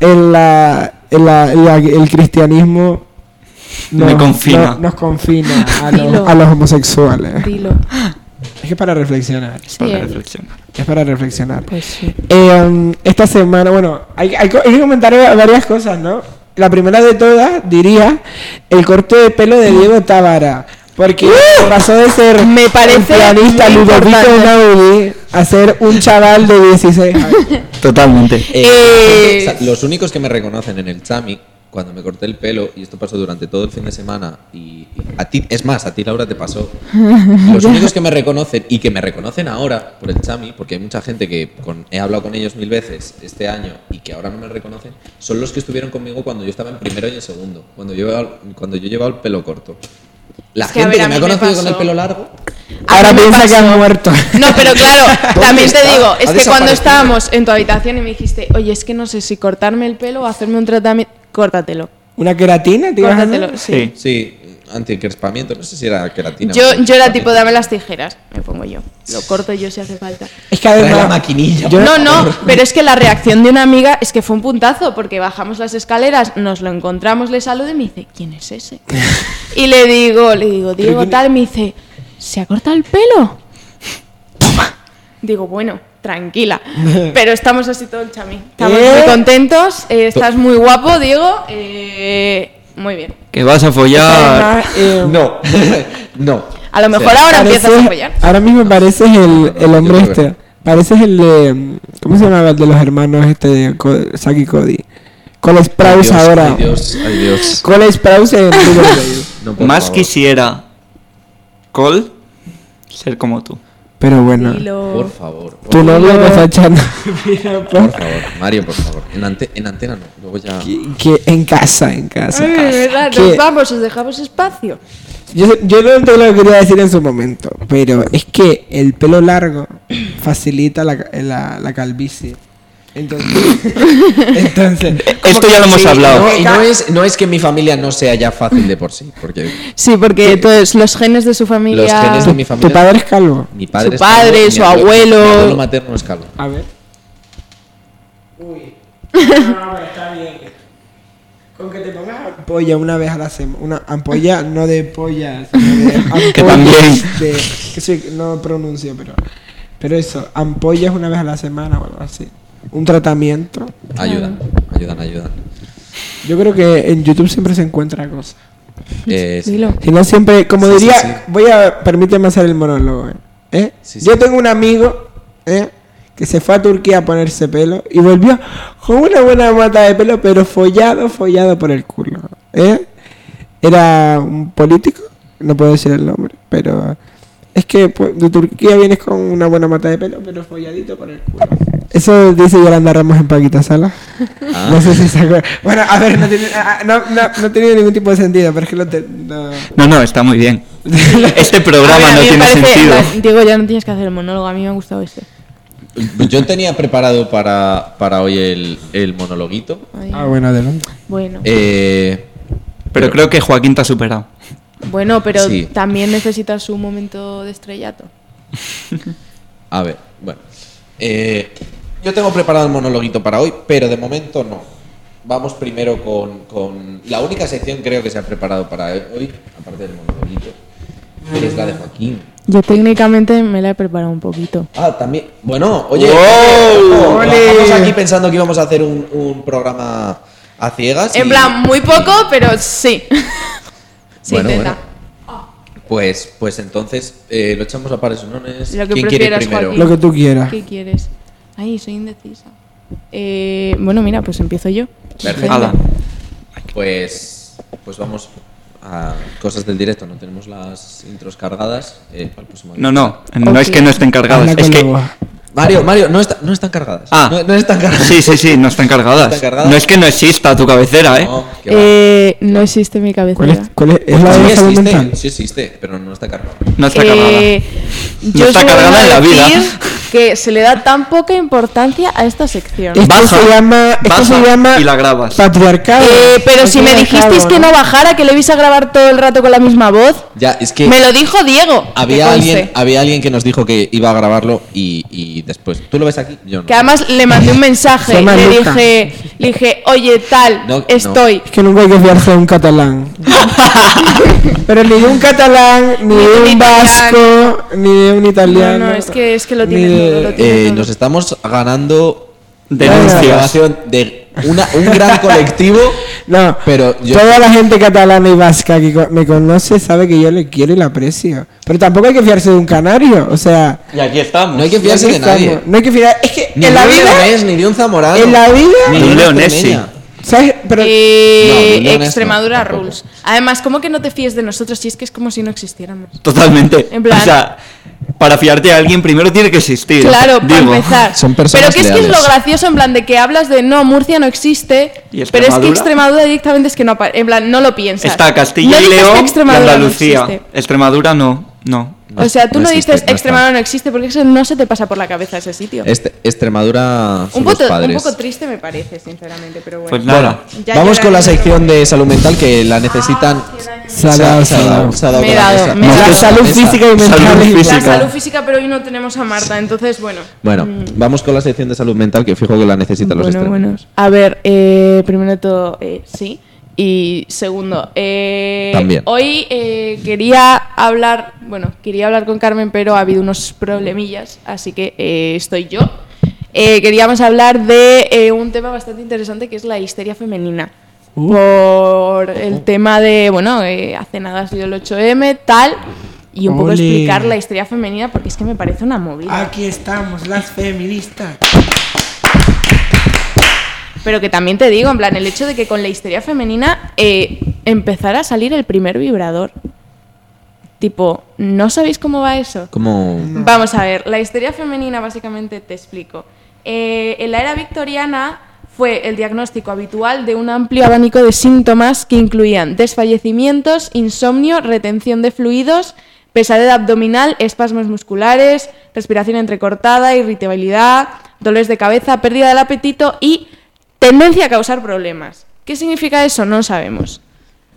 S5: en la, en la- en la- el cristianismo
S6: Me confina.
S5: no- nos confina a los,
S7: Dilo.
S5: a los homosexuales.
S7: Dilo.
S5: Es que para reflexionar,
S7: Sí,
S6: Para
S7: eh,
S6: reflexionar.
S5: es para reflexionar.
S7: pues sí.
S5: Eh, esta semana, bueno, hay, hay co- hay que comentar varias cosas, ¿no? La primera de todas, diría, el corte de pelo de Diego Tábara. Porque pasó de ser
S7: ¡Uh! Me parece
S5: el pianista
S7: muy
S5: Ludovico
S7: importante.
S5: Einaudi a ser un chaval de 16 años.
S6: Totalmente.
S7: Eh,
S3: o sea, los únicos que me reconocen en el chami, cuando me corté el pelo, y esto pasó durante todo el fin de semana, y, y a ti, es más, a ti Laura te pasó. Los únicos que me reconocen y que me reconocen ahora por el chami, porque hay mucha gente que con- he hablado con ellos mil veces este año y que ahora no me reconocen, son los que estuvieron conmigo cuando yo estaba en primero y en segundo, cuando yo llevaba, cuando yo llevaba el pelo corto. La
S7: Es que, a
S3: gente
S7: ver,
S3: que
S7: a
S3: me
S7: mí
S3: ha
S7: me
S3: conocido con
S7: pasó.
S3: el pelo largo,
S5: Ahora
S7: A mí me
S5: piensa que
S7: pasó.
S5: han muerto.
S7: No, pero claro,
S3: ¿Dónde
S7: también te
S3: está?
S7: digo,
S3: Ha
S7: es que cuando
S3: desaparecido.
S7: estábamos en tu habitación y me dijiste, oye, es que no sé si cortarme el pelo o hacerme un tratamiento. Córtatelo.
S5: ¿Una queratina? ¿Te ibas a hacer?
S7: Córtatelo, sí.
S6: Sí.
S3: sí, anticrispamiento, no sé si era queratina.
S7: Yo, yo era tipo, dame las tijeras, me pongo yo. Lo corto yo si hace falta.
S5: Es que
S3: Trae la
S5: además...
S3: maquinilla.
S5: Yo-
S7: No, no, pero es que la reacción de una amiga es que fue un puntazo, porque bajamos las escaleras, nos lo encontramos, le saludo y me dice, ¿quién es ese? Y le digo, le digo, Diego tal, me dice, ¿se ha cortado el pelo? Toma. Digo, bueno, tranquila. Pero estamos así todo el chamí. Estamos
S5: ¿Eh?
S7: muy contentos, eh, estás muy guapo, Diego. eh, muy bien.
S6: Que vas a follar.
S5: además, eh,
S3: No, no.
S7: A lo
S3: O sea,
S7: mejor ahora empiezas a
S5: pareces-
S7: follar.
S5: Ahora mismo pareces el, el hombre
S3: Yo creo que
S5: este.
S3: no.
S5: Pareces el de... ¿Cómo se llamaba el de los hermanos este de Co- Zack y Cody? Cole
S3: Ay,
S5: Sprouse
S3: Dios,
S5: ahora.
S3: Ay, Dios, ay, Dios.
S5: Cole Sprouse en Big Bang Theory.
S3: No, por
S6: Más
S3: favor.
S6: quisiera, Cole, ser como tú.
S5: Pero bueno.
S7: Y lo-
S3: Por favor. Por,
S5: Tu novia nos está echando... pues,
S3: por favor, Mario, por favor. En, ante- en antena no. Luego ya.
S5: que en casa, en casa.
S7: Ay, ¿verdad?
S5: Que-
S7: Nos vamos, os dejamos espacio.
S5: Yo, yo no te lo quería decir en su momento, pero es que el pelo largo facilita la, la, la calvicie. Entonces, entonces
S6: Esto ya lo hemos hablado.
S3: No, y no es, no es que mi familia no sea ya fácil de por sí, porque
S7: Sí, porque todos los genes de su familia.
S3: Eh, los genes de mi
S5: tu
S3: familia.
S5: padre es calvo.
S3: mi padre
S7: su
S3: es calvo,
S7: padre,
S3: mi
S7: su
S3: Mi
S7: abuelo.
S3: abuelo materno es calvo.
S5: A ver. Con que te pongas ampolla una vez a la semana, una ampolla no de polla, sino de ampollas
S6: Que también.
S5: de- que sí, no pronuncio, pero pero eso, ampollas una vez a la semana o algo así. Un tratamiento.
S3: Ayudan, ayudan, ayudan.
S5: Yo creo que en YouTube siempre se encuentra cosas.
S3: Eh, sí.
S7: Dilo.
S5: Si no siempre, como
S3: Sí, sí,
S5: diría,
S3: sí.
S5: voy a, permíteme hacer el monólogo. ¿eh? ¿Eh?
S3: Sí, sí.
S5: Yo tengo un amigo ¿eh? que se fue a Turquía a ponerse pelo y volvió con una buena mata de pelo, pero follado, follado por el culo. ¿eh? Era un político, no puedo decir el nombre, pero es que pues, de Turquía vienes con una buena mata de pelo, pero folladito por el culo. Eso dice Yolanda Ramos en Paquita Sala.
S3: Ah.
S5: No sé si se acuerda. Bueno, a ver, no tiene, ah, ah, no, no- no tiene ningún tipo de sentido, pero es que lo te- no-
S6: No, no, está muy bien. Este
S7: A ver,
S6: programa
S7: a
S6: no
S7: mí me
S6: tiene
S7: parece-
S6: sentido.
S7: Vale, Diego, ya no tienes que hacer el monólogo, a mí me ha gustado este.
S3: Yo tenía preparado para, para hoy el, el monologuito.
S7: Ay,
S5: Ah, bueno, adelante.
S7: Bueno,
S3: Eh,
S6: Pero creo que Joaquín te ha superado.
S7: bueno, pero
S3: sí.
S7: también necesitas un momento de estrellato.
S3: A ver, bueno. Eh, yo tengo preparado el monologuito para hoy, pero de momento no. Vamos primero con, con la única sección creo que se ha preparado para hoy, aparte del monologuito, que es la de Joaquín.
S7: Yo técnicamente me la he preparado un poquito.
S3: Ah, también. Bueno, oye,
S5: ¡Ole!
S3: estamos aquí pensando que íbamos a hacer un, un programa a ciegas. y-
S7: En plan, muy poco, pero sí. Se
S3: Bueno,
S7: intenta.
S3: bueno. Pues, pues entonces eh, lo echamos a pares unones.
S7: Lo que
S3: ¿Quién quiere
S7: prefieras,
S3: primero?
S7: Joaquín.
S5: Lo que tú quieras.
S7: ¿Qué quieres? Ay, soy indecisa. Eh, bueno, mira, pues empiezo yo.
S3: Perfecto.
S6: Hala.
S3: Pues, pues vamos a cosas del directo. No tenemos las intros cargadas. eh, para el próximo día.
S6: No, no, no es que no estén cargadas.
S5: Habla
S6: Es
S5: con la
S6: que.
S5: voz.
S3: Mario, Mario, no, está- no están cargadas.
S6: Ah.
S3: no, no están cargadas.
S6: Sí, sí, sí, no están cargadas.
S3: ¿No están cargadas?
S6: No es que no exista tu cabecera, ¿eh?
S3: No, que va.
S7: Eh, no existe mi cabeza.
S5: ¿Cuál es, cuál es, es la de
S3: sí,
S5: salud
S3: existe,
S5: mental?
S3: sí existe, pero no está cargada.
S6: No está
S7: Eh,
S6: cargada.
S7: yo
S6: está
S7: suelo
S6: cargada en la vida.
S7: decir que se le da tan poca importancia a esta sección.
S5: Esto
S6: Baja,
S5: se llama, esto
S6: baja
S5: se llama
S6: y la grabas.
S5: patriarcado.
S7: Eh, pero si me
S5: Patriarcado,
S7: dijisteis que no bajara, que le vais a grabar todo el rato con la misma voz,
S3: Ya, es que
S7: me lo dijo Diego.
S3: había,
S7: que
S3: alguien,
S7: conste.
S3: había alguien que nos dijo que iba a grabarlo y, y después. ¿Tú lo ves aquí? Yo no.
S7: Que además le mandé un
S5: Se
S7: mensaje,
S5: llama
S7: le
S5: Luca.
S7: dije, le dije, oye tal,
S3: No, no.
S7: estoy.
S5: Es que nunca hay que fiarse de un catalán. Pero ni de un catalán, ni
S7: Ni de
S5: de
S7: un
S5: un vasco, ni de ni de un italiano.
S7: No, no, es que- es que lo
S5: ni
S7: tiene
S5: de-
S7: todo, lo tiene.
S3: Eh, nos estamos ganando
S5: Denuncias.
S3: la grabación de una- un gran colectivo.
S5: No,
S3: Pero yo-
S5: toda la gente catalana y vasca que co- me conoce sabe que yo le quiero y le aprecio. Pero tampoco hay que fiarse de un canario, o sea...
S6: Y aquí estamos.
S3: No hay que fiarse
S5: aquí
S3: de nadie.
S5: estamos. No hay que fiar... Es que
S3: Ni
S5: en
S3: de
S5: la
S3: un
S5: vida...
S3: leonés, ni de un zamorano.
S5: En la vida...
S3: ni
S6: Ni
S3: de
S6: un
S3: una
S6: leonés,
S3: extremeña.
S5: ¿Sabes? Pero...
S7: Eh,
S3: No, no, no, no,
S7: Extremadura
S3: tampoco.
S7: Rules. Además, ¿cómo que no te fíes de nosotros si es que es como si no existiéramos?
S6: Totalmente.
S7: En plan-
S6: O sea, para fiarte a alguien primero tiene que existir.
S7: Claro, para
S6: digo.
S7: empezar.
S3: Son personas
S7: pero que es que es
S3: leales.
S7: lo gracioso, en plan, de que hablas de no, Murcia no existe,
S6: ¿Y
S7: pero es que
S6: Extremadura?
S7: Extremadura directamente es que no aparece. En plan, no lo piensas.
S6: Está Castilla
S7: No
S6: y
S7: dices que
S6: León y
S7: Extremadura no
S6: Andalucía.
S7: existe.
S6: Extremadura no, no.
S7: o sea, tú no,
S3: existe,
S7: dices
S3: no está.
S7: Extremadura no existe porque eso no se te pasa por la cabeza ese sitio.
S3: Este- Extremadura. son
S7: un,
S3: los
S7: poco, un
S3: padres.
S7: poco triste me parece, sinceramente, pero bueno.
S6: Pues nada.
S7: Ya
S3: Vamos
S7: lloraré
S3: con la
S7: otro
S3: sección de salud mental que la necesitan.
S5: Se ha dado, se ha dado.
S3: se ha dado
S7: Me
S3: con
S7: he
S3: la mesa.
S7: dado, me he
S3: Nos
S7: dado.
S5: La
S3: queda
S5: salud
S3: mesa.
S5: física y mental.
S6: Salud
S5: es
S7: La
S6: física.
S7: salud física, pero hoy no tenemos a Marta, entonces bueno. Mm.
S3: Bueno, vamos con la sección de salud mental que fijo que la necesitan los
S7: Bueno, bueno.
S3: extremeños.
S7: A ver, eh, primero de todo, eh, sí. Y segundo, eh,
S3: También.
S7: hoy eh, quería hablar, bueno, quería hablar con Carmen, pero ha habido unos problemillas, así que eh, estoy yo. Eh, queríamos hablar de eh, un tema bastante interesante que es la histeria femenina. Por el tema de, bueno, eh, hace nada ha sido el 8M, tal, y un poco
S5: Ole. Ah,
S7: explicar la histeria femenina porque es que me parece una movida.
S5: Aquí estamos, las feministas.
S7: Pero que también te digo, en plan, el hecho de que con la histeria femenina eh, empezara a salir el primer vibrador. Tipo, ¿no sabéis cómo va eso?
S3: Como.
S7: Vamos a ver, la histeria femenina básicamente te explico. Eh, en la era victoriana fue el diagnóstico habitual de un amplio abanico de síntomas que incluían desfallecimientos, insomnio, retención de fluidos, pesadez abdominal, espasmos musculares, respiración entrecortada, irritabilidad, dolores de cabeza, pérdida del apetito y tendencia a causar problemas. ¿Qué significa eso? No lo sabemos.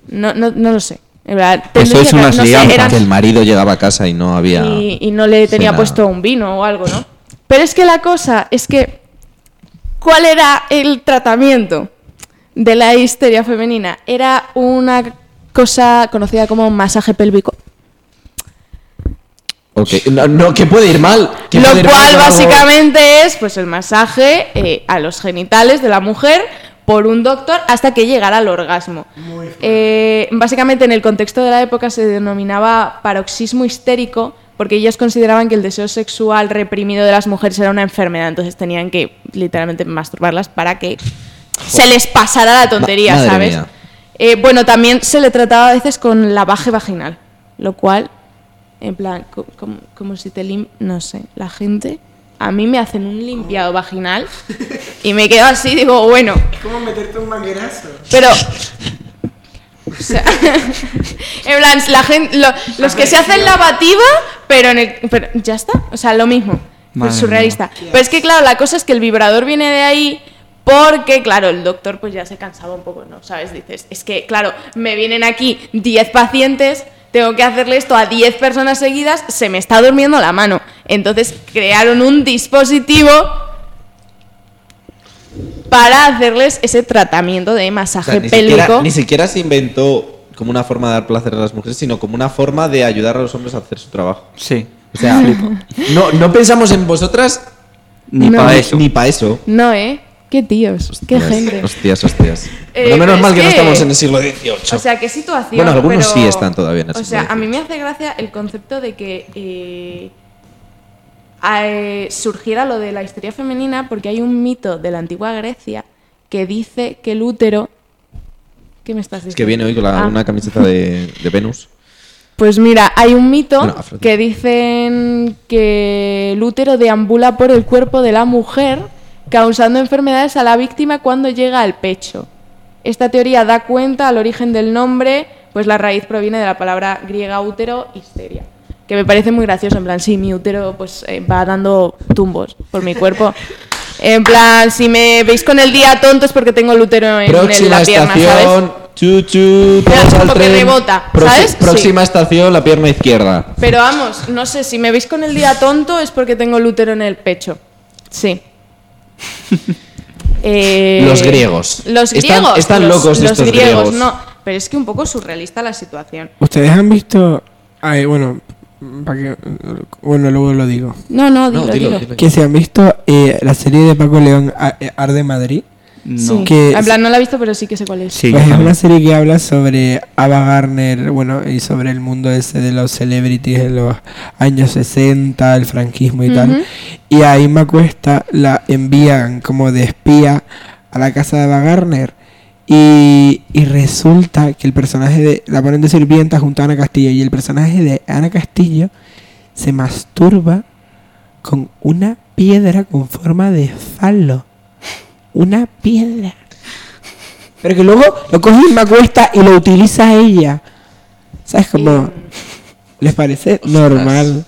S7: No, no, no lo sé. En verdad,
S6: Eso
S7: tendencia a
S6: es
S7: ca-
S6: unas
S7: no sé,
S6: lianzas.
S7: eran-
S3: Que el marido llegaba a casa y no había.
S7: y, y no le tenía
S3: cena.
S7: puesto un vino o algo, ¿no? Pero es que la cosa es que, ¿cuál era el tratamiento de la histeria femenina? Era una cosa conocida como masaje pélvico.
S3: Ok, No, no, que puede ir mal. que
S7: Lo
S3: puede ir mal,
S7: cual
S3: no.
S7: básicamente es pues el masaje eh, a los genitales de la mujer por un doctor hasta que llegara al orgasmo. Eh, básicamente en el contexto de la época se denominaba paroxismo histérico porque ellos consideraban que el deseo sexual reprimido de las mujeres era una enfermedad, entonces tenían que literalmente masturbarlas para que se les pasara la tontería,
S3: Ma- madre
S7: ¿sabes?
S3: mía.
S7: Eh, bueno, también se le trataba a veces con lavaje vaginal, lo cual en plan, co- como, como si te lim... No sé, la gente... A mí me hacen un limpiado vaginal y me quedo así, digo, bueno,
S5: ¿Cómo meterte un manguerazo?
S7: pero... O sea, en plan, la gente, los que se hacen lavativa, pero, en el, pero ya está, o sea, lo mismo, pues
S6: Madre
S7: surrealista. Pero es que, claro, la cosa es que el vibrador viene de ahí porque, claro, el doctor pues ya se cansaba un poco, ¿no? ¿Sabes? Dices, es que, claro, me vienen aquí 10 pacientes, tengo que hacerle esto a 10 personas seguidas, se me está durmiendo la mano. Entonces crearon un dispositivo para hacerles ese tratamiento de
S3: O
S7: masaje
S3: sea, ni,
S7: pélvico.
S3: siquiera, ni siquiera se inventó como una forma de dar placer a las mujeres, sino como una forma de ayudar a los hombres a hacer su trabajo.
S6: Sí.
S3: O sea, no, no pensamos en vosotras
S6: Ni
S7: No.
S6: para eso.
S3: ni para eso.
S7: No, ¿eh? Qué tíos, qué
S3: Hostias,
S7: gente.
S3: Hostias, hostias.
S7: Eh,
S3: Pero menos
S7: pero
S3: mal
S7: es
S3: que, no
S7: que-
S3: estamos en el siglo XVIII.
S7: O sea, qué situación.
S3: Bueno, algunos
S7: pero-
S3: sí están todavía en el
S7: O sea,
S3: siglo
S7: a mí me
S3: XVIII.
S7: hace gracia el concepto de que eh, a- eh, surgiera lo de la histeria femenina porque hay un mito de la antigua Grecia que dice que el útero. ¿Qué me estás diciendo?
S3: es que viene hoy con la-
S7: Ah.
S3: una camiseta de, de Venus.
S7: Pues mira, hay un mito
S3: Bueno, Afrodita.
S7: que dicen que el útero deambula por el cuerpo de la mujer, causando enfermedades a la víctima cuando llega al pecho. Esta teoría da cuenta al origen del nombre, pues la raíz proviene de la palabra griega útero, histeria. que me parece muy gracioso. En plan, sí, mi útero pues eh, va dando tumbos por mi cuerpo. En plan, si me veis con el día tonto es porque tengo el útero en, el-
S3: Próxima
S7: la pierna, ¿sabes?
S3: estación. Chu, chu,
S7: Mira,
S3: todos al
S7: como que
S3: tren.
S7: rebota,
S3: Proxi-
S7: ¿sabes? Sí.
S3: Próxima estación, la pierna izquierda.
S7: Pero vamos, no sé, si me veis con el día tonto es porque tengo el útero en el pecho. Sí. Eh,
S3: Los griegos.
S7: Los
S3: Están-
S7: griegos.
S3: están
S7: los-
S3: locos
S7: los
S3: estos griegos.
S7: No, pero es que un poco surrealista la situación.
S5: ¿Ustedes han visto.? Ay, bueno, para que. Bueno, luego lo digo.
S7: No,
S3: No,
S7: no, dilo,
S3: dilo,
S7: dilo.
S3: dilo.
S5: Que si han visto eh, la serie de Paco León A- eh, Arde Madrid.
S6: No.
S7: Sí.
S5: Que-
S7: en plan, no la he visto, pero sí que sé cuál es.
S5: pues
S6: Sí, yo
S5: es
S6: también.
S5: una serie que habla sobre Ava Garner, bueno, y sobre el mundo ese de los celebrities de los años 60, el franquismo y tal. Y a Inma Cuesta la envían como de espía a la casa de Ava Garner. Y, y resulta que el personaje de. La ponen de sirvienta junto a Ana Castillo. Y el personaje de Ana Castillo se masturba con una piedra con forma de falo. Una piedra. Pero que luego lo coge Inma Cuesta y lo utiliza ella. ¿Sabes cómo? ¿Les parece normal?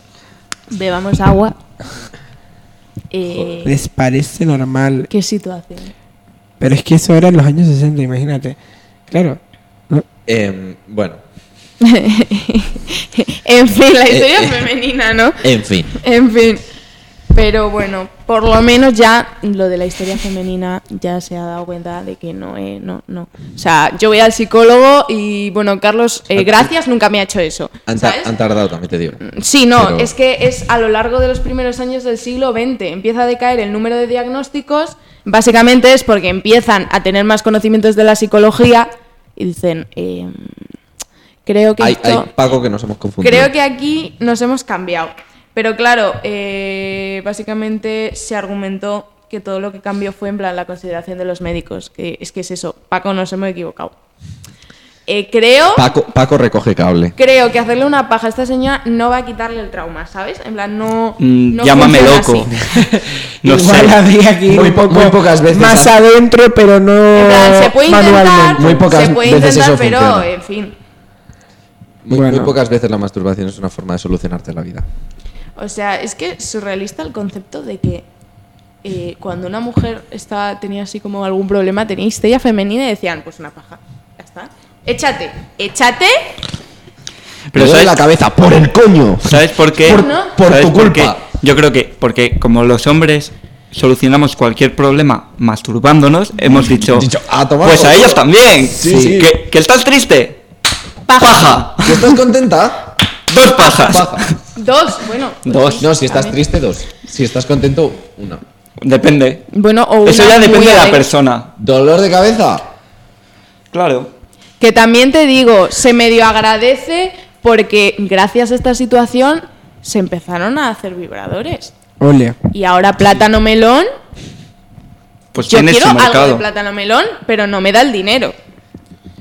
S7: Bebamos agua. Eh,
S5: ¿Les parece normal?
S7: ¿Qué situación?
S5: Pero es que eso era en los años 60, imagínate. Claro. ¿no?
S3: Em, bueno,
S7: En fin, la historia
S3: Eh, eh.
S7: femenina, ¿no?
S3: en fin.
S7: En fin. Pero bueno, por lo menos ya lo de la historia femenina ya se ha dado cuenta de que no, eh, no, no. O sea, yo voy al psicólogo y bueno, Carlos, eh, gracias, nunca me ha hecho eso.
S3: Han, ta-
S7: ¿sabes? Mm,
S3: han tardado, también te digo.
S7: Sí, no,
S3: Pero-
S7: es que es a lo largo de los primeros años del siglo XX. Empieza a decaer el número de diagnósticos. Básicamente es porque empiezan a tener más conocimientos de la psicología y dicen, eh, creo que
S3: Hay, hay
S7: esto...
S3: Paco que nos hemos confundido.
S7: Creo que aquí nos hemos cambiado. Pero claro, eh, básicamente se argumentó que todo lo que cambió fue en plan la consideración de los médicos. Que es que es eso, Paco, nos hemos equivocado. Eh, creo,
S3: Paco, Paco recoge cable.
S7: creo que hacerle una paja a esta señora no va a quitarle el trauma, ¿sabes? En plan, no.
S6: Mm,
S7: no
S6: llámame
S7: funciona
S6: loco.
S7: así.
S6: no
S5: Igual
S6: sé.
S5: habría que ir
S3: Muy
S5: un
S3: po-
S5: poco
S3: muy pocas veces,
S5: Más
S3: ¿eh?
S5: adentro, pero no
S7: En plan, se puede intentar,
S5: manualmente.
S3: Muy pocas
S7: se puede
S3: veces
S7: intentar,
S3: eso
S7: pero
S3: funciona.
S7: en fin.
S3: Muy,
S5: Bueno.
S3: muy pocas veces la masturbación es una forma de solucionarte la vida.
S7: O sea, es que surrealista el concepto de que eh, cuando una mujer estaba, tenía así como algún problema, tenía histeria femenina y decían, pues una paja, ya está. Échate, échate.
S3: Pero
S6: Pero
S3: duele
S6: ¿sabes,
S3: la cabeza por el coño.
S6: ¿sabes por qué?
S3: Por,
S7: ¿No?
S3: por
S6: ¿Sabes
S3: tu
S6: por
S3: culpa.
S6: qué? Yo creo que porque como los hombres solucionamos cualquier problema masturbándonos, hemos dicho,
S3: Dicho, "A tomar
S6: pues
S3: por
S6: a
S3: culo".
S6: ellos también.
S3: Sí, sí.
S6: ¿Que, que estás triste?
S7: Paja.
S6: Paja.
S3: ¿Que ¿Estás contenta?
S6: Dos pajas.
S3: Paja.
S7: Dos, bueno. pues sí,
S3: No, si estás
S7: también.
S3: triste, dos. Si estás contento, una.
S6: Depende.
S7: Bueno, o
S6: Eso
S7: una
S6: ya
S7: muy
S6: depende de la
S7: alegre.
S6: persona.
S3: ¿Dolor de cabeza?
S6: Claro.
S7: Que también te digo, se medio agradece porque gracias a esta situación se empezaron a hacer vibradores.
S5: Ole.
S7: Y ahora plátano melón.
S6: Pues
S7: Yo
S6: tiene
S7: quiero
S6: su
S7: algo de
S6: mercado.
S7: plátano melón, pero no me da el dinero.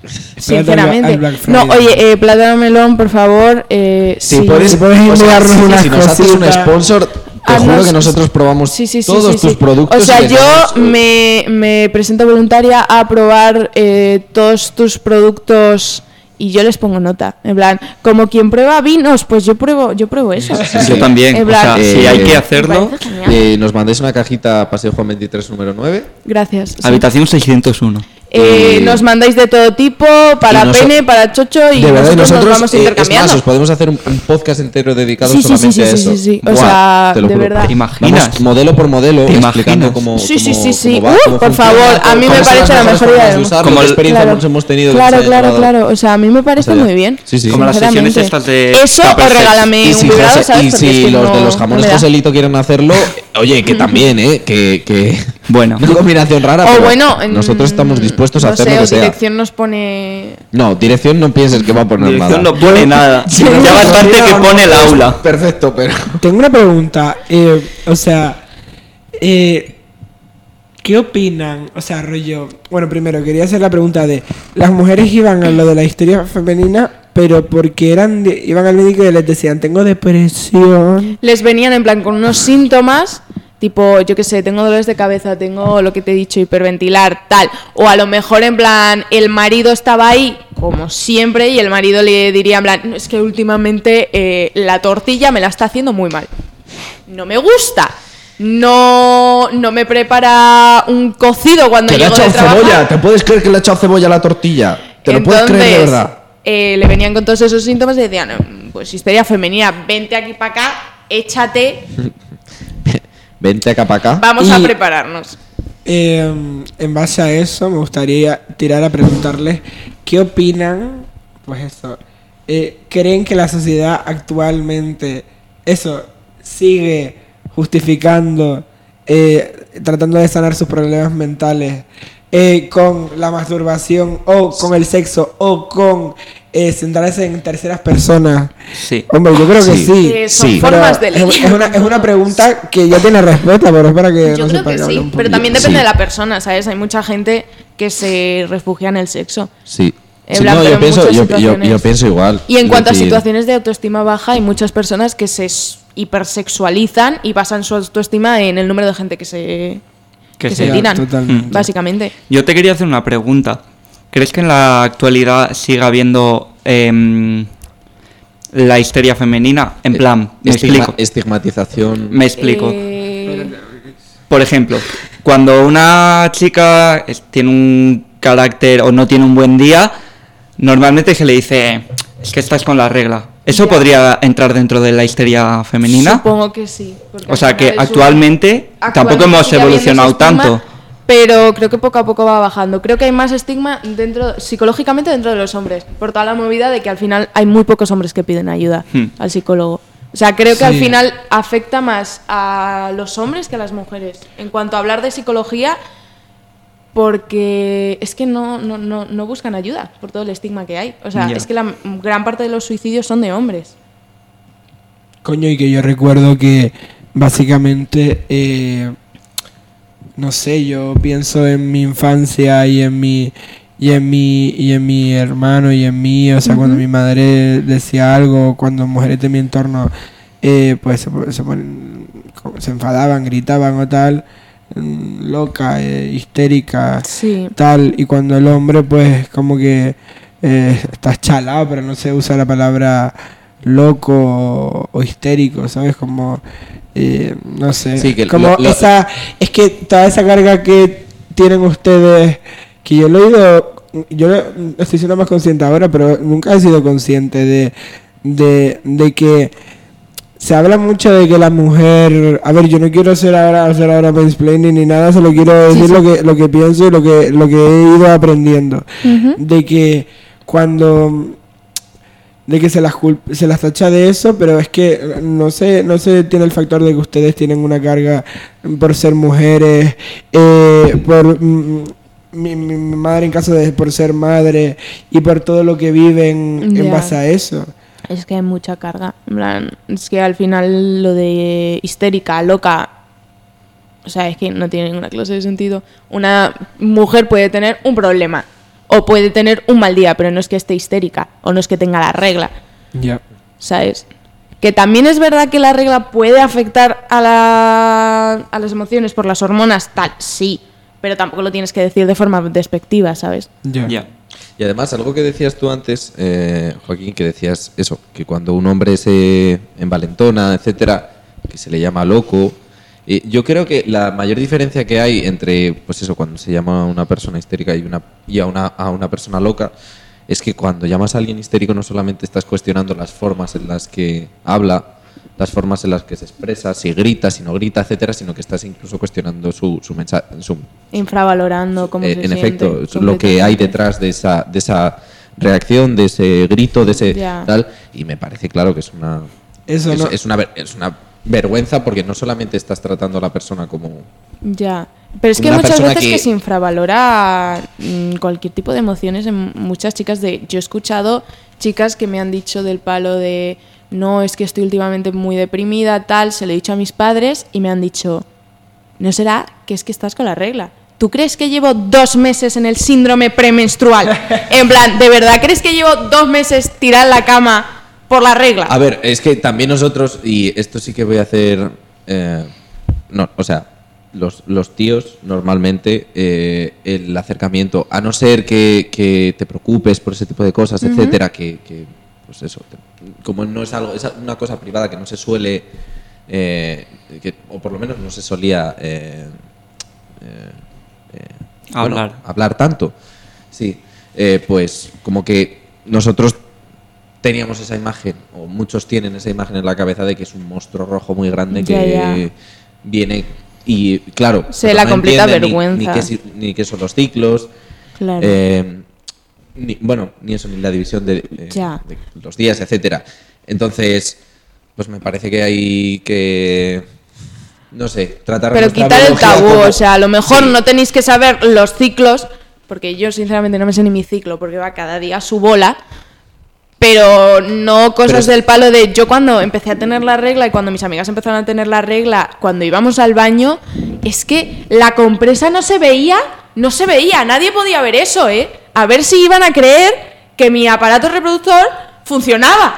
S5: al
S7: Sinceramente.
S5: Black
S7: No,
S5: Friday.
S7: oye, eh, plátano melón, por favor. eh,
S3: Si
S7: sí.
S3: puedes,
S5: si puedes
S3: o sea,
S5: enviarnos
S3: si-
S5: unas
S3: si nos haces un
S5: cositas.
S3: sponsor, te
S7: Ah,
S3: juro
S7: no,
S3: que
S7: sí,
S3: nosotros
S7: sí.
S3: probamos
S7: Sí, sí, sí,
S3: todos
S7: sí, sí.
S3: tus productos.
S7: O sea,
S3: y les damos-
S7: yo me, me presento voluntaria a probar eh, todos tus productos y yo les pongo nota. En plan, como quien prueba vinos, pues yo pruebo, yo pruebo eso.
S3: sí.
S6: Yo también.
S7: En
S6: o
S7: plan,
S6: sea,
S3: eh,
S6: si hay
S3: me
S6: que hacerlo,
S7: parece genial.
S3: Eh, nos mandéis una cajita Paseo Juan 23, número 9.
S7: Gracias. sí.
S6: habitación 601.
S7: Eh,
S3: Eh,
S7: nos mandáis de todo tipo, para
S3: y noso-
S7: pene, para chocho y
S3: de verdad,
S7: nosotros,
S3: y nosotros,
S7: nos vamos
S3: eh,
S7: intercambiando.
S3: Es más, os podemos hacer un, un podcast entero dedicado
S7: Sí, sí, sí,
S3: solamente
S7: sí,
S3: a
S7: sí,
S3: eso.
S7: sí, sí. O
S3: Buah,
S7: sea,
S3: te lo
S7: de
S3: juro.
S7: verdad.
S6: ¿Te imaginas?
S3: Vamos modelo por modelo,
S6: ¿Te
S3: explicando
S6: imaginas?
S3: cómo.
S7: Sí, sí,
S3: cómo-
S7: sí, sí.
S3: cómo va,
S7: Uh,
S3: cómo
S7: por
S3: funciona,
S7: favor, a mí
S3: cómo
S7: me
S3: son
S7: parece
S3: las
S7: la
S3: mejores
S7: mejor
S3: formas
S7: idea del
S3: de
S7: mundo.
S3: usarlo,
S6: Como
S3: qué
S6: el-
S3: experiencia
S7: Claro,
S3: hemos tenido. que
S7: claro,
S3: nos haya
S7: claro,
S3: llevado.
S7: claro. O sea, a mí me parece
S3: O sea,
S7: muy bien.
S3: sí, sí.
S6: Como las sesiones
S7: Sinceramente.
S6: estas de
S7: Eso
S6: Tupper
S7: o
S6: Sex.
S7: regálame
S3: Y
S7: un
S3: si,
S7: vibrado,
S3: José-
S7: ¿sabes?
S3: y
S7: Porque es
S3: si
S7: que
S3: los
S7: no-
S3: de los
S7: no
S3: jamones
S7: me da.
S3: Joselito quieren hacerlo, eh, oye, que también, ¿eh? Que, que
S6: Bueno.
S3: una combinación rara.
S7: O
S3: pero
S7: bueno,
S3: nosotros
S7: mm,
S3: estamos dispuestos a
S7: no
S3: hacer
S7: sé,
S3: lo
S7: o
S3: que sea.
S7: dirección nos pone
S3: No, dirección no pienses que va a poner
S6: Dirección
S3: nada.
S6: no pone nada. ya bastante que pone el aula.
S3: Perfecto, pero.
S5: Tengo una pregunta. eh, o sea, eh, ¿qué opinan? O sea, rollo. Bueno, primero quería hacer la pregunta de. Las mujeres iban a lo de la histeria femenina, pero porque eran de- iban al médico y les decían, tengo depresión.
S7: les venían en plan con unos síntomas tipo yo qué sé tengo dolores de cabeza tengo lo que te he dicho hiperventilar tal o a lo mejor en plan el marido estaba ahí como siempre, y el marido le diría, en plan, "No, es que últimamente eh, la tortilla me la está haciendo muy mal. No me gusta. No, no me prepara un cocido cuando
S3: Que le ha
S7: llego de
S3: echado
S7: trabajar.
S3: cebolla. ¿Te puedes creer que le ha echado cebolla a la tortilla? ¿Te lo puedes creer de
S7: Entonces,
S3: verdad?
S7: eh, le venían con todos esos síntomas y decían, "Mm, pues histeria femenina, vente aquí para acá, échate,
S3: Vente acá para acá.
S7: vamos a
S5: Y-
S7: prepararnos.
S5: Eh, en base a eso, me gustaría tirar a preguntarles qué opinan, pues eso, eh, ¿creen que la sociedad actualmente eso sigue justificando, eh, tratando de sanar sus problemas mentales eh, con la masturbación o con el sexo o con eh, centrarse en terceras personas?
S6: Sí.
S5: Hombre, yo creo que
S3: Sí.
S5: sí.
S7: Que Eh, son
S3: sí.
S5: Pero
S7: formas de
S5: es,
S7: leer.
S5: es una, es una pregunta que ya tiene respuesta, pero espera que
S7: Yo creo
S5: no sepa
S7: que
S5: hable un
S7: sí, pero
S5: poquito.
S7: también
S3: Sí.
S7: depende de la persona, ¿sabes? Hay mucha gente que se refugia en el sexo.
S3: Sí.
S7: En
S3: Sí,
S7: plan,
S3: no,
S7: pero
S3: yo
S7: en
S3: pienso,
S7: muchas
S3: yo, yo-
S7: situaciones.
S3: yo pienso igual.
S7: Y en
S3: Es
S7: cuanto a
S3: decir,
S7: situaciones de autoestima baja, hay muchas personas que se s- hipersexualizan y basan su autoestima en el número de gente que se,
S6: Que
S7: que
S6: se-
S7: se tiran,
S5: Totalmente.
S7: básicamente.
S6: Yo te quería hacer una pregunta. ¿Crees que en la actualidad siga habiendo em, la histeria femenina? En plan, me
S3: Eh, estigma-
S6: explico.
S3: Estigmatización.
S6: Me explico.
S7: Eh,
S6: Por ejemplo, cuando una chica es- tiene un carácter o no tiene un buen día, normalmente se le dice, es que estás con la regla. ¿Eso
S7: Ya.
S6: podría entrar dentro de la histeria femenina?
S7: Supongo que sí. porque
S6: O sea
S7: al
S6: que
S7: final es un-
S6: actualmente tampoco
S7: actualmente
S6: hemos
S7: sigue habiendo
S6: evolucionado
S7: ese estigma,
S6: tanto.
S7: Pero creo que poco a poco va bajando. Creo que hay más estigma dentro, psicológicamente dentro de los hombres, por toda la movida de que al final hay muy pocos hombres que piden ayuda
S6: Hmm.
S7: al psicólogo. O sea, creo que al
S5: Sí.
S7: final afecta más a los hombres que a las mujeres. En cuanto a hablar de psicología, porque es que no, no, no, no buscan ayuda por todo el estigma que hay. O sea,
S6: Ya.
S7: es que la m- gran parte de los suicidios son de hombres.
S5: Coño, y que yo recuerdo que básicamente, eh, no sé, yo pienso en mi infancia y en mi, y en mi, y en mi hermano y en mí, o sea, cuando mi madre decía algo, cuando mujeres de mi entorno, eh, pues se, po- se ponen- se enfadaban, gritaban o tal, mm, loca, eh, histérica,
S7: Sí.
S5: tal y cuando el hombre pues como que eh, está chalado pero no se usa la palabra loco o, o histérico sabes como eh, no sé
S3: Sí, que
S5: como
S3: lo- lo-
S5: esa es que toda esa carga que tienen ustedes que yo lo he ido yo lo- estoy siendo más consciente ahora pero nunca he sido consciente de de, de que se habla mucho de que la mujer, a ver, yo no quiero hacer ahora hacer ahora mansplaining ni nada, solo quiero decir lo que lo que pienso y lo que lo que he ido aprendiendo de que cuando de que se las culp- se las tacha de eso, pero es que eh, no sé, no se tiene el factor de que ustedes tienen una carga por ser mujeres, eh, por mm, mi, mi- mi madre en caso de por ser madre y por todo lo que viven en
S7: Ya.
S5: base a eso.
S7: Es que hay mucha carga. En plan, es que al final lo de histérica, loca. O sea, es que no tiene ninguna clase de sentido. Una mujer puede tener un problema. O puede tener un mal día, pero no es que esté histérica. O no es que tenga la regla.
S5: Ya.
S7: ¿Sabes? Que también es verdad que la regla puede afectar a, la- a las emociones por las hormonas, tal, sí. Pero tampoco lo tienes que decir de forma despectiva, ¿sabes?
S5: Ya.
S6: Ya.
S3: Y además, algo que decías tú antes, eh, Joaquín, que decías eso, que cuando un hombre se envalentona, etcétera, que se le llama loco. eh, yo creo que la mayor diferencia que hay entre, pues eso, cuando se llama a una persona histérica y, una, y a, una, a una persona loca, es que cuando llamas a alguien histérico no solamente estás cuestionando las formas en las que habla, las formas en las que se expresa, si grita, si no grita, etcétera, sino que estás incluso cuestionando su, su mensaje, su,
S7: Infravalorando como
S3: eh, en efecto, es lo que hay detrás de esa, de esa reacción, de ese grito, de ese
S7: Ya.
S3: tal. Y me parece claro que es una,
S5: Eso
S3: es,
S5: no-
S3: es una ver- es una vergüenza porque no solamente estás tratando a la persona como
S7: Ya. Pero es que
S3: Una
S7: muchas
S3: persona
S7: veces que...
S3: que-
S7: se infravalora mm, cualquier tipo de emociones en muchas chicas de yo he escuchado chicas que me han dicho del palo de no, es que estoy últimamente muy deprimida, tal, se lo he dicho a mis padres y me han dicho, no será que es que estás con la regla. ¿Tú crees que llevo dos meses en el síndrome premenstrual? En plan, ¿de verdad crees que llevo dos meses tirada en la cama por la regla?
S3: A ver, es que también nosotros, y esto sí que voy a hacer. eh, no, o sea, los, los tíos, normalmente, eh, el acercamiento, a no ser que, que te preocupes por ese tipo de cosas, etcétera, que, que, pues eso, te- como no es algo, es una cosa privada que no se suele, eh, que- o por lo menos no se solía eh, eh, eh, bueno,
S6: Hablar.
S3: hablar tanto, sí, eh, pues como que nosotros teníamos esa imagen, o muchos tienen esa imagen en la cabeza de que es un monstruo rojo muy grande
S7: Ya,
S3: que
S7: ya.
S3: viene y claro,
S7: Se
S3: pero
S7: la completa
S3: entiende ni-
S7: vergüenza.
S3: Ni, qué, si- ni qué son los ciclos,
S7: Claro.
S3: eh, ni- bueno, ni eso, ni la división de, eh,
S7: Ya.
S3: de los días, etcétera. Entonces, pues me parece que hay que, no sé, tratar
S7: Pero
S3: nuestra
S7: quitar el
S3: biología
S7: tabú,
S3: como-
S7: o sea, a lo mejor
S3: Sí.
S7: no tenéis que saber los ciclos, porque yo sinceramente no me sé ni mi ciclo, porque va cada día a su bola, pero no cosas
S3: Pero es-
S7: del palo de yo cuando empecé a tener la regla y cuando mis amigas empezaron a tener la regla, cuando íbamos al baño, es que la compresa no se veía, no se veía, nadie podía ver eso, ¿eh? A ver si iban a creer que mi aparato reproductor funcionaba.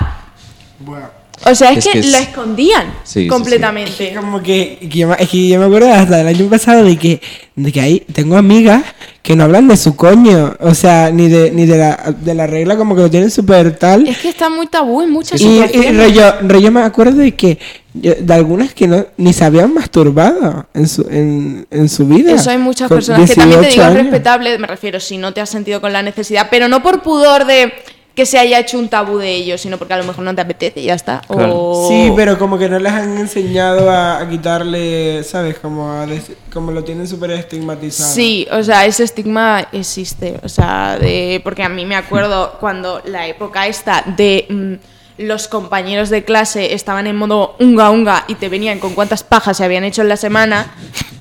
S7: O sea, es,
S3: Es
S7: que,
S3: que es-
S7: lo escondían
S3: Sí, sí, sí.
S7: completamente.
S5: Es como que, que yo, me- es que yo me acuerdo hasta del año pasado de que, de que ahí tengo amigas que no hablan de su coño, o sea, ni de, ni de, la, de la regla, como que lo tienen súper tal.
S7: Es que está muy tabú en muchas
S5: Y, y
S7: situaciones.
S5: rollo, rollo me acuerdo de que yo- de algunas que no ni se habían masturbado en su, en, en su vida.
S7: Eso hay muchas
S5: Con
S7: personas que también te
S5: 18
S7: digo es
S5: años.
S7: respetable, me refiero, si no te has sentido con la necesidad, pero no por pudor de que se haya hecho un tabú de ello, sino porque a lo mejor no te apetece y ya está.
S6: Claro.
S7: O...
S5: Sí, pero como que no les han enseñado a, a quitarle, ¿sabes? Como, a des- como lo tienen súper estigmatizado.
S7: Sí, o sea, ese estigma existe, o sea, de porque a mí me acuerdo cuando la época esta de mm, los compañeros de clase estaban en modo unga unga y te venían con cuántas pajas se habían hecho en la semana,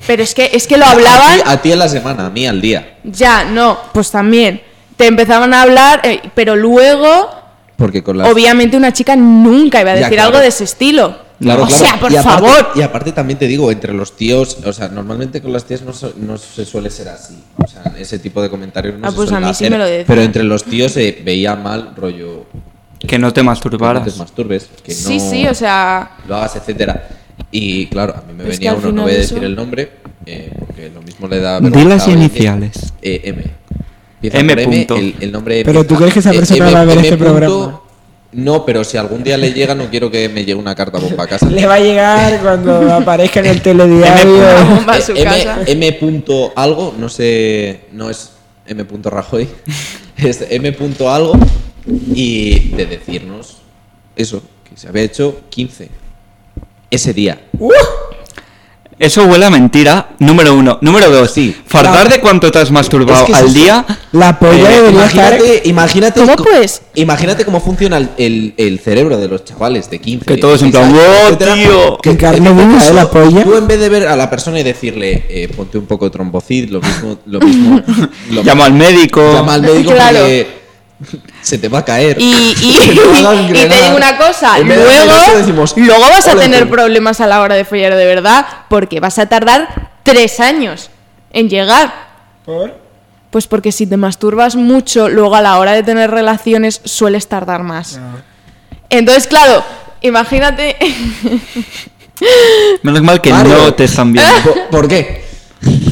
S7: pero es que es que lo
S3: A
S7: hablaban
S3: ti- a ti en la semana, a mí al día.
S7: Ya, no, pues también. Te empezaban a hablar, eh, pero luego,
S3: Porque con las
S7: obviamente, una chica nunca iba a
S3: Ya,
S7: decir
S3: claro.
S7: algo de ese estilo.
S3: Claro,
S7: o
S3: claro.
S7: sea, por
S3: Y aparte-
S7: favor.
S3: Y aparte también te digo, entre los tíos, o sea, normalmente con las tías no, so- no se suele ser así. O sea, ese tipo de comentarios no
S7: Ah,
S3: se
S7: pues a
S3: suelen
S7: mí sí
S3: hacer,
S7: me lo decían.
S3: Pero entre los tíos se veía mal rollo
S6: Que no te
S3: que no te
S6: masturbaras.
S3: masturbes, que
S7: Sí,
S3: no
S7: sí, o sea.
S3: lo hagas, etcétera. Y claro, a mí me
S7: Pero es que
S3: venía
S7: al
S3: uno, no
S7: final
S3: voy a
S7: eso-
S3: decir el nombre, eh, porque lo mismo le da
S6: Di
S3: vergüenza
S6: las
S3: a veces.
S6: iniciales.
S3: Eh, M. Empieza
S6: M
S3: por
S6: punto.
S3: el, el nombre
S5: Pero tú crees que esa
S3: Eh,
S5: persona
S3: M-
S5: va a ver
S3: M
S5: este
S3: punto,
S5: programa.
S3: No, pero si algún día le llega, no quiero que me llegue una carta bomba a casa.
S5: Le va a llegar cuando aparezca en el
S7: M.
S5: telediario.
S7: bomba a su
S3: Eh, M,
S7: casa.
S3: M punto algo, no sé, no es M punto Rajoy, es M punto algo y de decirnos eso, que se había hecho 15 ese día.
S5: Uh,
S6: Eso huele a mentira, número uno. Número dos,
S3: Sí.
S6: Fardar de cuánto te has masturbado
S3: Es que es
S6: al
S3: eso.
S6: día.
S5: La polla
S3: Eh,
S5: debería estar...
S3: imagínate, imagínate
S7: ¿Cómo
S3: co-
S7: pues?
S3: Imagínate cómo funciona el, el- el cerebro de los chavales de 15.
S6: Que todos en
S3: 16
S6: plan,
S3: años,
S6: "Oh,
S3: etcétera".
S6: tío.
S5: Que carne
S3: en
S5: viva,
S3: caso,
S5: eh, la polla.
S3: Tú en vez de ver a la persona y decirle, eh, ponte un poco de trombocid, lo mismo, lo mismo, lo
S6: Llama al médico.
S3: Llama al médico
S7: Claro.
S3: porque se te va a caer.
S7: Y, y-
S3: Se te va a
S7: y te
S3: gangrenar.
S7: digo una cosa,
S3: En vez de hacer
S7: luego,
S3: eso, decimos,
S7: luego vas a
S3: "Hola,
S7: tener
S3: tío".
S7: problemas a la hora de follar de verdad, porque vas a tardar tres años en llegar.
S5: ¿Por?
S7: Pues porque si te masturbas mucho, luego a la hora de tener relaciones sueles tardar más. Entonces, claro, imagínate.
S6: Menos mal que
S3: Mario.
S6: no te están viendo.
S3: ¿Por, por qué?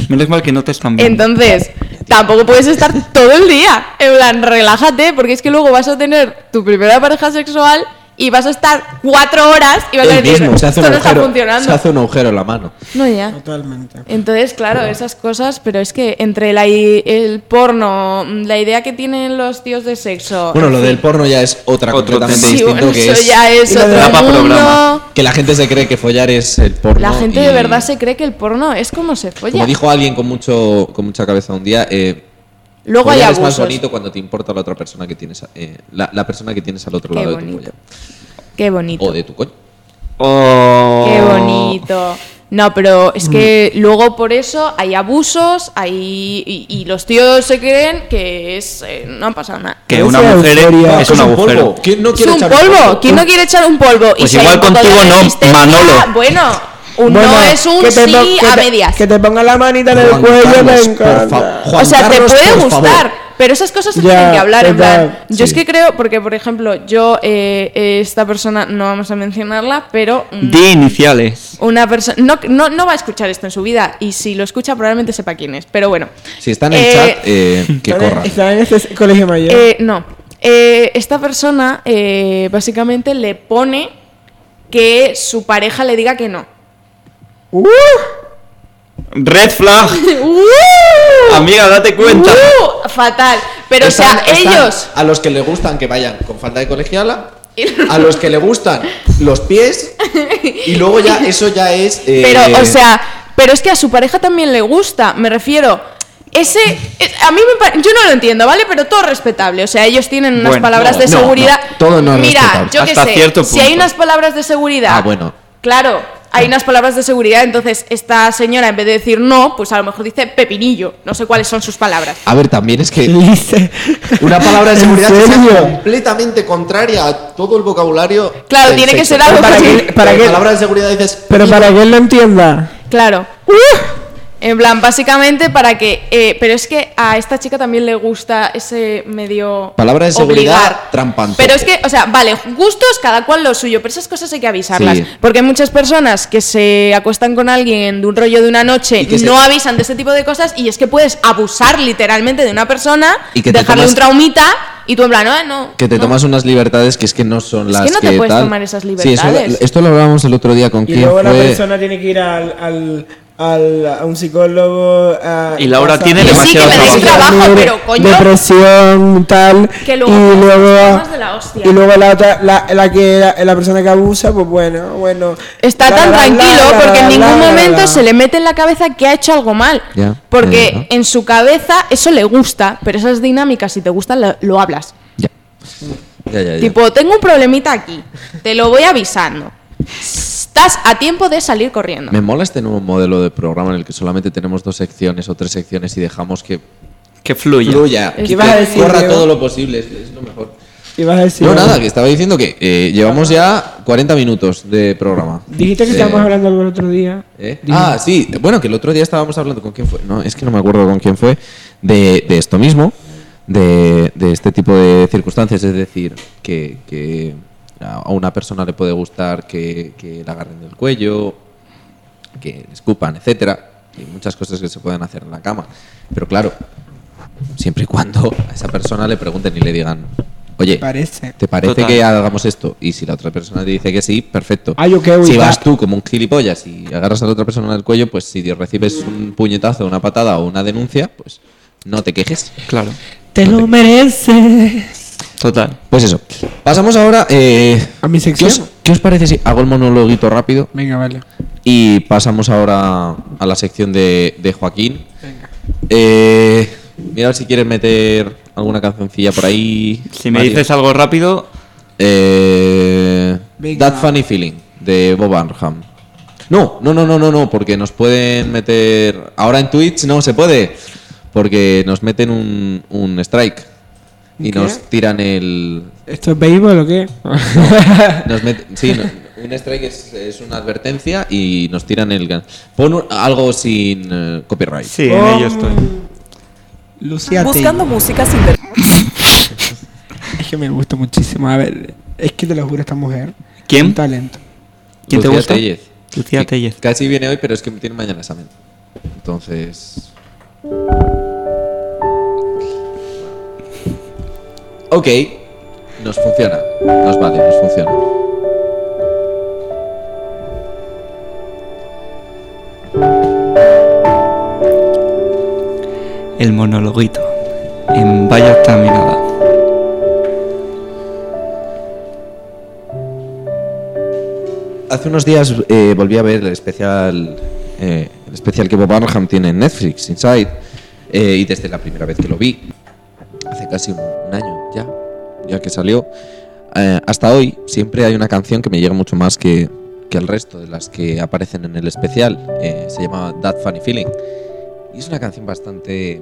S6: Menos mal que no te están viendo.
S7: Entonces, tampoco puedes estar todo el día. En plan, relájate, porque es que luego vas a tener tu primera pareja sexual y vas a estar cuatro horas y vas a
S3: El
S7: decir,
S3: mismo, se hace,
S7: esto
S3: un
S7: no
S3: agujero,
S7: está
S3: se
S7: funcionando.
S3: hace un agujero en la mano.
S7: No, ya.
S5: Totalmente.
S7: Entonces, claro, esas cosas, pero es que entre la i- el porno, la idea que tienen los tíos de sexo.
S3: Bueno, lo del porno ya es otra
S6: Otro
S3: completamente
S6: tema.
S7: Sí,
S3: distinto
S7: bueno,
S3: que
S7: eso
S3: es
S7: ya es
S5: Y lo de
S7: otro
S5: la
S6: pa'
S7: mundo.
S6: programa.
S3: que la gente se cree que follar es el porno.
S7: La gente
S3: y-
S7: de verdad se cree que el porno es como se folla.
S3: Como dijo alguien con mucho con mucha cabeza un día, eh,
S7: Luego hay
S3: follar es más
S7: abusos.
S3: bonito cuando te importa la otra persona que tienes, a- eh, la, la persona que tienes al otro
S7: Qué
S3: lado de
S7: bonito.
S3: tu polla.
S7: Qué bonito.
S3: o de tu coño.
S6: Oh.
S7: Qué bonito. No, pero es que luego por eso hay abusos, hay y, y los tíos se creen que es eh, no ha pasado nada.
S6: Que
S5: Esa
S6: una mujer
S5: euforia.
S6: es un agujero.
S3: polvo. ¿Quién no
S7: Es
S3: quiere
S7: un
S3: echar un
S7: polvo. ¿Quién no quiere echar un polvo?
S6: Pues
S7: si hay
S6: igual
S7: un poco de
S6: contigo no,
S7: resistencia,
S6: Manolo.
S7: Bueno, un
S5: Bueno,
S7: no es un
S5: que te
S7: sí
S5: pon- que
S7: a
S5: te-
S7: medias.
S5: Que te ponga la manita en el
S3: Juan
S5: cuello, me
S3: Carlos, por
S5: encanta.
S3: fa- Juan
S7: o sea,
S3: Carlos,
S7: te puede
S3: por
S7: gustar,
S3: favor.
S7: Pero esas cosas se
S5: Ya,
S7: tienen que hablar, en
S5: total.
S7: plan. Yo es
S3: Sí.
S7: que creo, porque por ejemplo, yo, eh, eh, esta persona, no vamos a mencionarla, pero. mm,
S6: De iniciales.
S7: Una persona. No, no, no va a escuchar esto en su vida, y si lo escucha, probablemente sepa quién es. Pero bueno.
S3: Si está en el
S7: Eh,
S3: chat, eh, que
S5: Está en-
S3: corra.
S5: Está en este colegio mayor.
S7: Eh, no. Eh, esta persona eh, básicamente le pone que su pareja le diga que no.
S5: ¡Uh!
S6: Red flag. Amiga, date cuenta.
S7: ¡Uh! Fatal. Pero o sea,
S3: Están- están
S7: ellos.
S3: A los que le gustan que vayan con falda de colegiala. A los que le gustan los pies. Y luego ya, eso ya es. eh,
S7: Pero, o sea, pero es que a su pareja también le gusta, me refiero. Ese, es- a mí me pa- yo no lo entiendo, ¿vale? Pero todo respetable, o sea, ellos tienen unas
S6: Bueno,
S7: palabras
S3: no,
S7: de
S3: no,
S7: seguridad.
S3: no, todo no es
S7: Mira,
S3: respetable.
S7: yo qué
S6: Hasta
S7: sé,
S6: cierto
S7: si hay
S6: punto.
S7: unas palabras de seguridad.
S3: Ah, bueno.
S7: Claro, hay unas palabras de seguridad, entonces esta señora en vez de decir no, pues a lo mejor dice pepinillo, no sé cuáles son sus palabras.
S3: A ver, también es que
S5: Dice.
S3: una palabra de seguridad que
S5: ¿En
S3: sea
S5: serio?
S3: completamente contraria a todo el vocabulario.
S7: Claro,
S3: del
S7: tiene que
S3: sexo.
S7: ser algo
S5: Pero para
S7: que-
S5: que- para
S3: La
S5: que-
S3: palabra de seguridad dices.
S5: Pero para que él lo entienda.
S7: Claro. ¡Uh! En plan, básicamente para que... eh, pero es que a esta chica también le gusta ese medio...
S3: Palabra de seguridad
S7: obligar.
S3: trampante.
S7: Pero es que, o sea, vale, gustos, cada cual lo suyo, pero esas cosas hay que avisarlas.
S3: Sí.
S7: Porque hay muchas personas que se acuestan con alguien de un rollo de una noche,
S3: Y que se-
S7: no avisan de este tipo de cosas y es que puedes abusar literalmente de una persona,
S3: Y que te
S7: dejarle
S3: tomas-
S7: un traumita y tú en plan, "Ah, no.
S3: Que te
S7: no".
S3: tomas unas libertades que es que no son
S7: Es
S3: las
S7: que no te puedes
S3: tal.
S7: tomar esas
S3: Sí, eso-
S7: libertades.
S3: esto lo hablábamos el otro día con
S5: Y
S3: quién
S5: luego la
S3: fue-
S5: persona tiene que ir al, al, al- a un psicólogo. a-
S6: Y Laura
S5: pasa-
S6: tiene
S7: Que sí, demasiado que me deis trabajo. trabajo, pero, coño.
S5: Depresión, tal.
S7: Que luego
S5: y
S7: pasan
S5: luego.
S7: problemas de la hostia.
S5: Y luego la otra, la, la que la, la persona que abusa, pues bueno, bueno.
S7: Está
S5: La,
S7: tan
S5: la, la,
S7: tranquilo
S5: la, la,
S7: porque en
S5: la,
S7: ningún
S5: la, la,
S7: momento
S5: la.
S7: se le mete en la cabeza que ha hecho algo mal.
S3: Ya,
S7: porque
S3: eh, ¿no?
S7: en su cabeza eso le gusta, pero esas dinámicas, si te gustan, lo, lo hablas.
S3: Ya. Ya, ya, ya.
S7: Tipo, tengo un problemita aquí, te lo voy avisando. Estás a tiempo de salir corriendo.
S3: Me mola este nuevo modelo de programa en el que solamente tenemos dos secciones o tres secciones y dejamos que
S6: Que fluya.
S3: fluya,
S5: ¿Qué
S3: que
S5: ibas a decir,
S3: corra
S5: Diego?
S3: todo lo posible, es, es lo mejor.
S5: Ibas a decir
S3: no,
S5: algo.
S3: nada, que estaba diciendo que eh, llevamos ya 40 minutos de programa.
S5: Dijiste que
S3: Eh,
S5: estábamos hablando algo el otro día.
S3: ¿eh? Ah, sí, bueno, que el otro día estábamos hablando con quién fue, no, es que no me acuerdo con quién fue, de, de esto mismo, de, de este tipo de circunstancias, es decir, que, que a una persona le puede gustar que, que la agarren del cuello, que le escupan, etcétera, y muchas cosas que se pueden hacer en la cama. Pero claro, siempre y cuando a esa persona le pregunten y le digan, oye,
S5: Parece.
S3: ¿Te parece
S6: Total.
S3: que hagamos esto? Y si la otra persona te dice que sí, perfecto.
S5: Ah, yo qué voy,
S3: si vas
S5: va.
S3: tú como un gilipollas y agarras a la otra persona del cuello, pues si recibes un puñetazo, una patada o una denuncia, pues no te quejes.
S6: Claro.
S5: Te lo mereces.
S6: Total.
S3: Pues eso. Pasamos ahora eh,
S5: A mi
S3: ¿qué,
S5: sección.
S3: os, qué os parece si hago el monologuito rápido
S5: Venga, vale.
S3: y pasamos ahora a la sección de, de Joaquín? Eh, mira a ver si quieres meter alguna cancioncilla por ahí.
S6: Si me
S3: Mario.
S6: dices algo rápido,
S3: Eh,
S5: Venga.
S3: That Funny Feeling de Bob Arnham. No, no, no, no, no, no, porque nos pueden meter. Ahora en Twitch no se puede, porque nos meten un, un strike y
S5: ¿Qué?
S3: nos tiran el.
S5: ¿Esto es béisbol o qué?
S3: nos met- sí, no, un strike es, es una advertencia y nos tiran el. gan- Pon un- algo sin eh, copyright.
S6: sí, en
S7: Oh.
S6: ello estoy.
S5: Oh. Lucía
S8: Buscando música sin
S5: Es que me gusta muchísimo. A ver, es que te lo juro, esta mujer.
S6: ¿Quién?
S5: Un talento.
S6: ¿Quién te
S3: Lucía
S6: gusta?
S3: Tellez.
S6: Lucía Tellez.
S3: Casi viene hoy, pero es que tiene mañana examen. Entonces. Ok. Nos funciona. Nos vale, nos funciona.
S6: El monologuito. En Vaya Taminada.
S3: Hace unos días eh, volví a ver el especial, eh, el especial que Bob Arnham tiene en Netflix, Inside, eh, y desde la primera vez que lo vi, hace casi un, un año ya, ya que salió, eh, hasta hoy siempre hay una canción que me llega mucho más que, que el resto de las que aparecen en el especial. eh, se llama That Funny Feeling. Y es una canción bastante...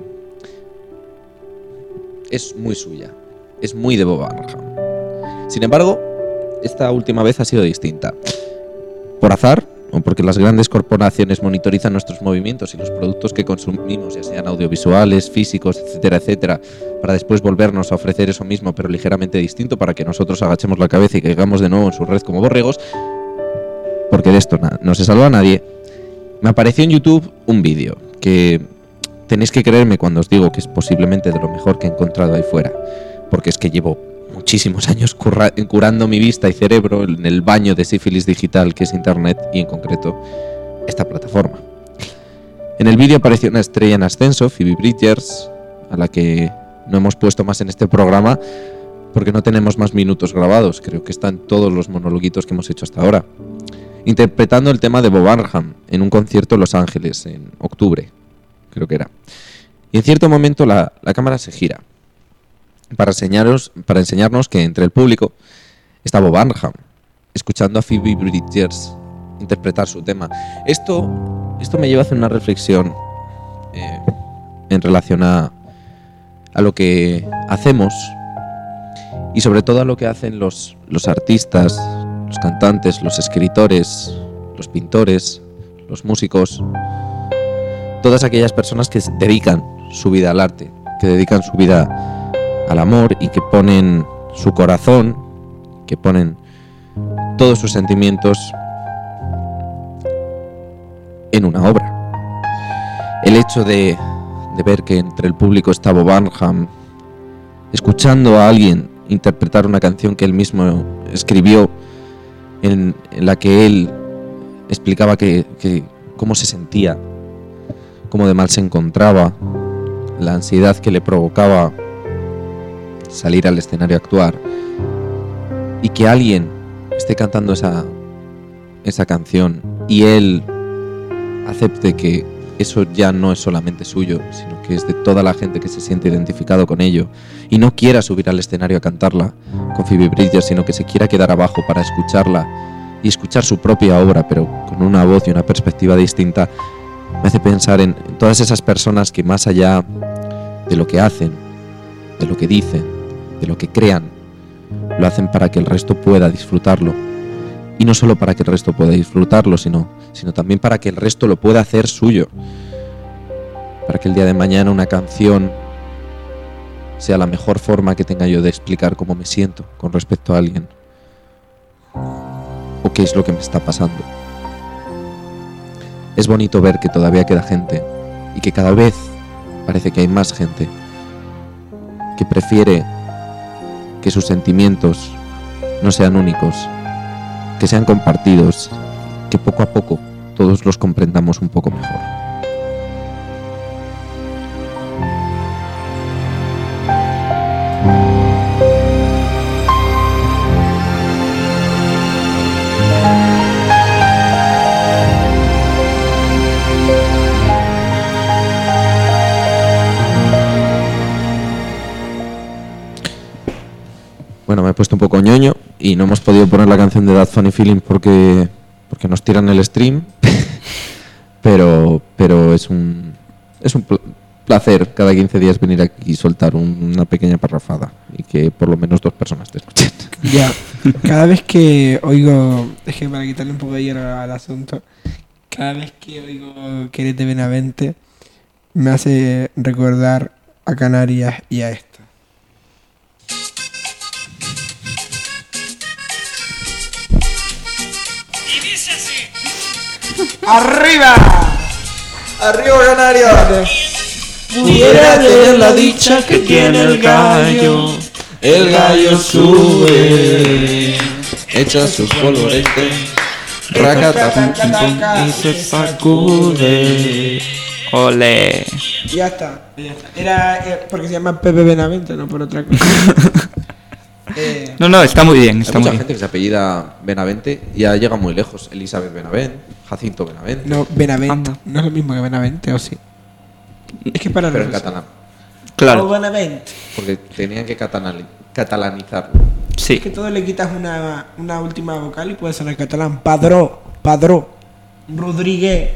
S3: Es muy suya. Es muy de Bob Arnham. Sin embargo, esta última vez ha sido distinta. Por azar, o porque las grandes corporaciones monitorizan nuestros movimientos y los productos que consumimos, ya sean audiovisuales, físicos, etcétera, etcétera, para después volvernos a ofrecer eso mismo pero ligeramente distinto para que nosotros agachemos la cabeza y caigamos de nuevo en su red como borregos, porque de esto na- no se salva nadie. Me apareció en YouTube un vídeo que tenéis que creerme cuando os digo que es posiblemente de lo mejor que he encontrado ahí fuera, porque es que llevo muchísimos años curra- curando mi vista y cerebro en el baño de sífilis digital que es Internet y en concreto esta plataforma. En el vídeo apareció una estrella en ascenso, Phoebe Bridgers, a la que no hemos puesto más en este programa porque no tenemos más minutos grabados, creo que están todos los monologuitos que hemos hecho hasta ahora, interpretando el tema de Bob Arnham en un concierto en Los Ángeles en octubre, creo que era. Y en cierto momento la, la cámara se gira para, enseñaros, para enseñarnos que entre el público está Bob Arnham, escuchando a Phoebe Bridgers interpretar su tema. Esto, esto me lleva a hacer una reflexión eh, en relación a, a lo que hacemos y sobre todo a lo que hacen los, los artistas, los cantantes, los escritores, los pintores, los músicos, todas aquellas personas que se dedican su vida al arte, que dedican su vida al amor y que ponen su corazón, que ponen todos sus sentimientos en una obra. El hecho de, de ver que entre el público está Bob Arnham escuchando a alguien interpretar una canción que él mismo escribió, en, en la que él explicaba que, que cómo se sentía, cómo de mal se encontraba, la ansiedad que le provocaba salir al escenario a actuar y que alguien esté cantando esa, esa canción y él acepte que eso ya no es solamente suyo, sino que es de toda la gente que se siente identificado con ello y no quiera subir al escenario a cantarla con Phoebe Bridgers, sino que se quiera quedar abajo para escucharla y escuchar su propia obra, pero con una voz y una perspectiva distinta, me hace pensar en todas esas personas que más allá de lo que hacen, de lo que dicen, de lo que crean, lo hacen para que el resto pueda disfrutarlo. Y no solo para que el resto pueda disfrutarlo, sino, sino también para que el resto lo pueda hacer suyo. Para que el día de mañana una canción sea la mejor forma que tenga yo de explicar cómo me siento con respecto a alguien. O qué es lo que me está pasando. Es bonito ver que todavía queda gente y que cada vez parece que hay más gente que prefiere que sus sentimientos no sean únicos, que sean compartidos, que poco a poco todos los comprendamos un poco mejor. Bueno, me he puesto un poco ñoño y no hemos podido poner la canción de That Funny Feeling porque, porque nos tiran el stream. pero pero es un, es un pl- placer cada 15 días venir aquí y soltar un- una pequeña parrafada y que por lo menos dos personas te escuchen.
S5: Ya, cada vez que oigo, es que para quitarle un poco de hierro al asunto, cada vez que oigo Querete Benavente, me hace recordar a Canarias y a esto. ¡Arriba! ¡Arriba Canarias! Pudiera tener la dicha que tiene el gallo.
S3: El gallo sube, echa su polvorete,
S6: Y se sacude. Ole.
S5: Ya está. ya está. Era eh, porque se llama Pepe Benavente, no por otra cosa. Eh,
S6: No, no, está muy bien,
S3: Hay
S6: está
S3: mucha
S6: muy
S3: gente
S6: bien.
S3: que se apellida Benavente y ya llega muy lejos. Elizabeth Benavent, Jacinto Benavent,
S5: no, Benavente.
S6: Anda.
S5: No es lo mismo que Benavente, ¿o sí? Es que para
S3: pero en
S5: los-
S3: catalán,
S5: O
S6: Claro,
S5: Benavente.
S3: porque tenían que catalani- catalanizarlo.
S6: sí.
S5: Es que todo le quitas una, una última vocal y puede sonar catalán. Padró, Padró, Rodríguez.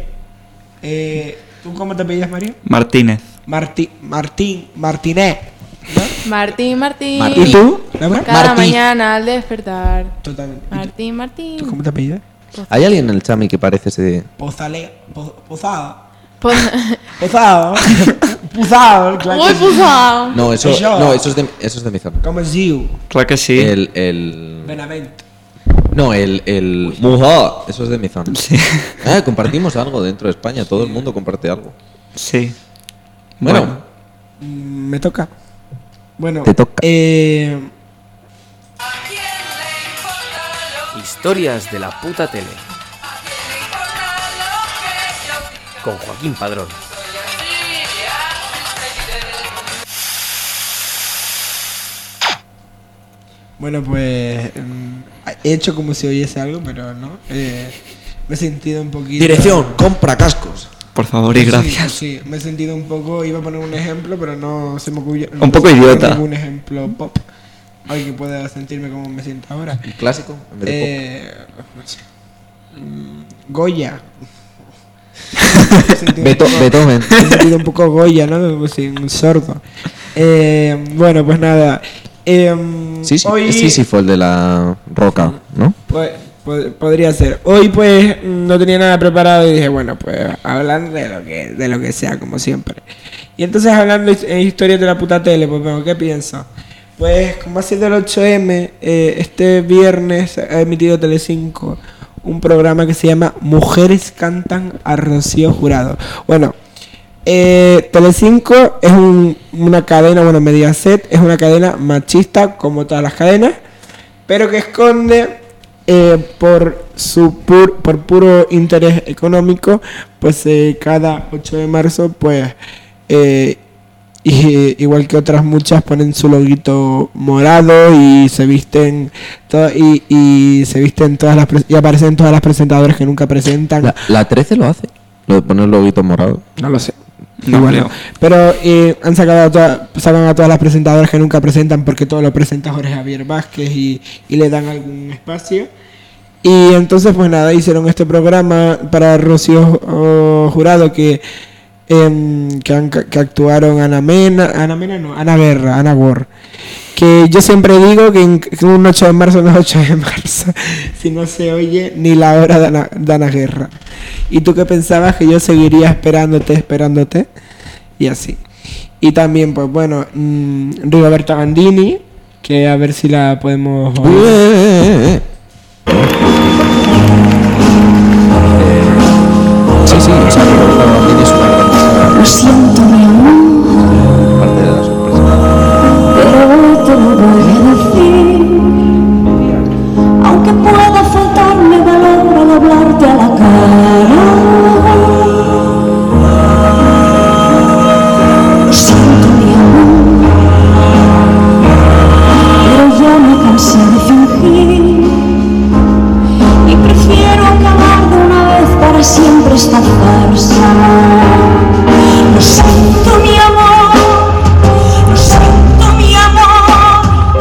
S5: Eh, ¿Tú cómo te apellidas, Mario?
S6: Martínez.
S5: Martí, Martín, Martínez. ¿no?
S7: Martín, Martín.
S3: Martín.
S5: ¿Y tú? Laura?
S7: Cada mañana al despertar.
S5: Totalmente. ¿Y tú?
S7: Martín, Martín.
S5: ¿Tú cómo te apellidas?
S3: ¿Hay alguien en el chami que parece ese.?
S5: Pozale, po- pozado.
S7: Pon-
S5: Pozado. Pozado, claro.
S7: Muy
S5: que sí.
S7: puzao.
S3: Ah, No, eso,
S5: Eso.
S3: no, eso, es, de, eso es de mi zona.
S5: Como es you,
S6: Claro que sí.
S3: El, el.
S5: Benavente.
S3: No, el. el Mujá, Eso es de mi zona.
S6: Sí.
S3: Ah, compartimos algo dentro de España. Todo el mundo comparte algo.
S6: Sí.
S3: Bueno,
S6: Bueno.
S5: Mm, Me toca. Bueno,
S3: Te toca.
S5: Eh,
S8: Historias de la puta tele. Con Joaquín Padrón.
S5: bueno, pues. mm, He hecho como si oyese algo, pero no. Eh, me he sentido un poquito.
S3: dirección, compra cascos.
S6: Por favor y
S5: Sí,
S6: gracias.
S5: Sí, me he sentido un poco, iba a poner un ejemplo, pero no se me ocurrió.
S6: Un poco idiota.
S5: Un ejemplo pop. Alguien que pueda sentirme como me siento ahora.
S3: Un clásico. En vez de pop.
S5: Eh, no sé. Mm, Goya. Me he sentido un
S3: Beto-
S5: poco-
S3: Beethoven.
S5: me he sentido un poco Goya, ¿no? Como si un sordo. Eh, bueno, pues nada. Em,
S3: Sí, sí,
S5: hoy-
S3: sí, sí, fue el de la roca, ¿no?
S5: pues, pod- podría ser. Hoy pues no tenía nada preparado y dije, bueno, pues hablar de lo que, de lo que sea, como siempre. Y entonces hablando his- en historias de la puta tele, pues bueno, ¿qué pienso? Pues como ha sido el 8M, eh, este viernes ha emitido Telecinco un programa que se llama Mujeres cantan a Rocío Jurado. Bueno, eh, Telecinco es un- una cadena, bueno, Mediaset es una cadena machista como todas las cadenas pero que esconde eh, por su pur- por puro interés económico, pues eh, cada 8 de marzo, pues eh, y- eh, igual que otras muchas ponen su loguito morado y se visten to- y, y se visten todas las pre- y aparecen todas las presentadoras que nunca presentan.
S3: La, la 13 lo hace. Lo de poner el lobito morado.
S5: No lo sé.
S6: No
S5: Y bueno,
S6: creo.
S5: pero eh, han sacado a, toda- sacan a todas las presentadoras que nunca presentan porque todo lo presenta Jorge Javier Vázquez y, y le dan algún espacio. Y entonces, pues nada, hicieron este programa para Rocío oh, Jurado que, em, que, han ca- que actuaron Ana Mena, Ana Mena no, Ana Guerra, Ana Gor. Que yo siempre digo que, en- que un 8 de marzo no es 8 de marzo, si no se oye ni la hora de Ana, de Ana Guerra. ¿Y tú qué pensabas que yo seguiría esperándote, esperándote? Y así. Y también, pues bueno, mm, Rigoberta Gandini, que a ver si la podemos...
S3: Eh, eh, eh, eh. Eh, Sí, sí, o sea, Roberta Martínez es una gran
S9: Lo siento, mi amor,
S3: parte de la sorpresa.
S9: pero te lo voy a decir. Aunque pueda faltarme valor al hablarte a la cara. Lo siento, mi amor, pero ya me cansé de fingir. Y prefiero acabar de una vez para siempre esta farsa. Lo siento mi amor, lo siento mi amor,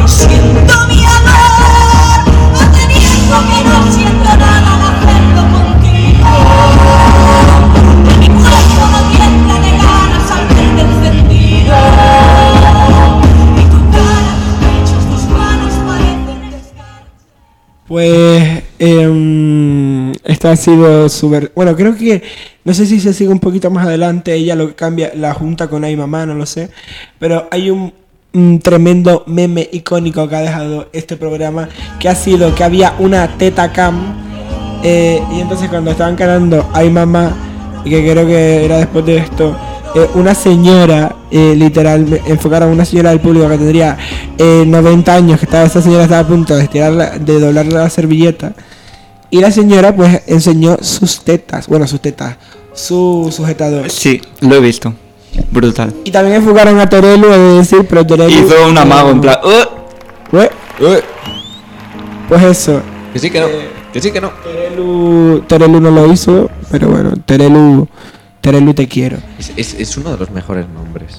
S9: lo siento mi amor, no te niego que no siento nada al hacerlo contigo. Que mi cuerpo no tiembla de ganas al verte encendido. Y tu cara, tus pechos, tus manos parecen descalzas.
S5: Pues em, esta ha sido su ver- Bueno, creo que no sé si se sigue un poquito más adelante, ella lo cambia, la junta con Ay Mamá, no lo sé, pero hay un, un tremendo meme icónico que ha dejado este programa, que ha sido que había una teta cam eh, y entonces cuando estaban cantando Ay Mamá, que creo que era después de esto, eh, una señora, eh, literal, enfocaron a una señora del público que tendría eh, 90 años, que estaba, esa señora estaba a punto de estirarla, de doblar la servilleta. Y la señora pues enseñó sus tetas, bueno, sus tetas, su sujetador.
S6: Sí, lo he visto. Brutal.
S5: Y también enfocaron a Torelu, he de decir, pero Torelu...
S6: Hizo un amago en plan. "Uh".
S5: Pues-
S3: Eh,
S5: pues eso,
S3: Que sí, que no. Que sí, que no.
S5: Terelu, Terelu no lo hizo, pero bueno, Terelu, Terelu te quiero.
S3: Es, es- es uno de los mejores nombres.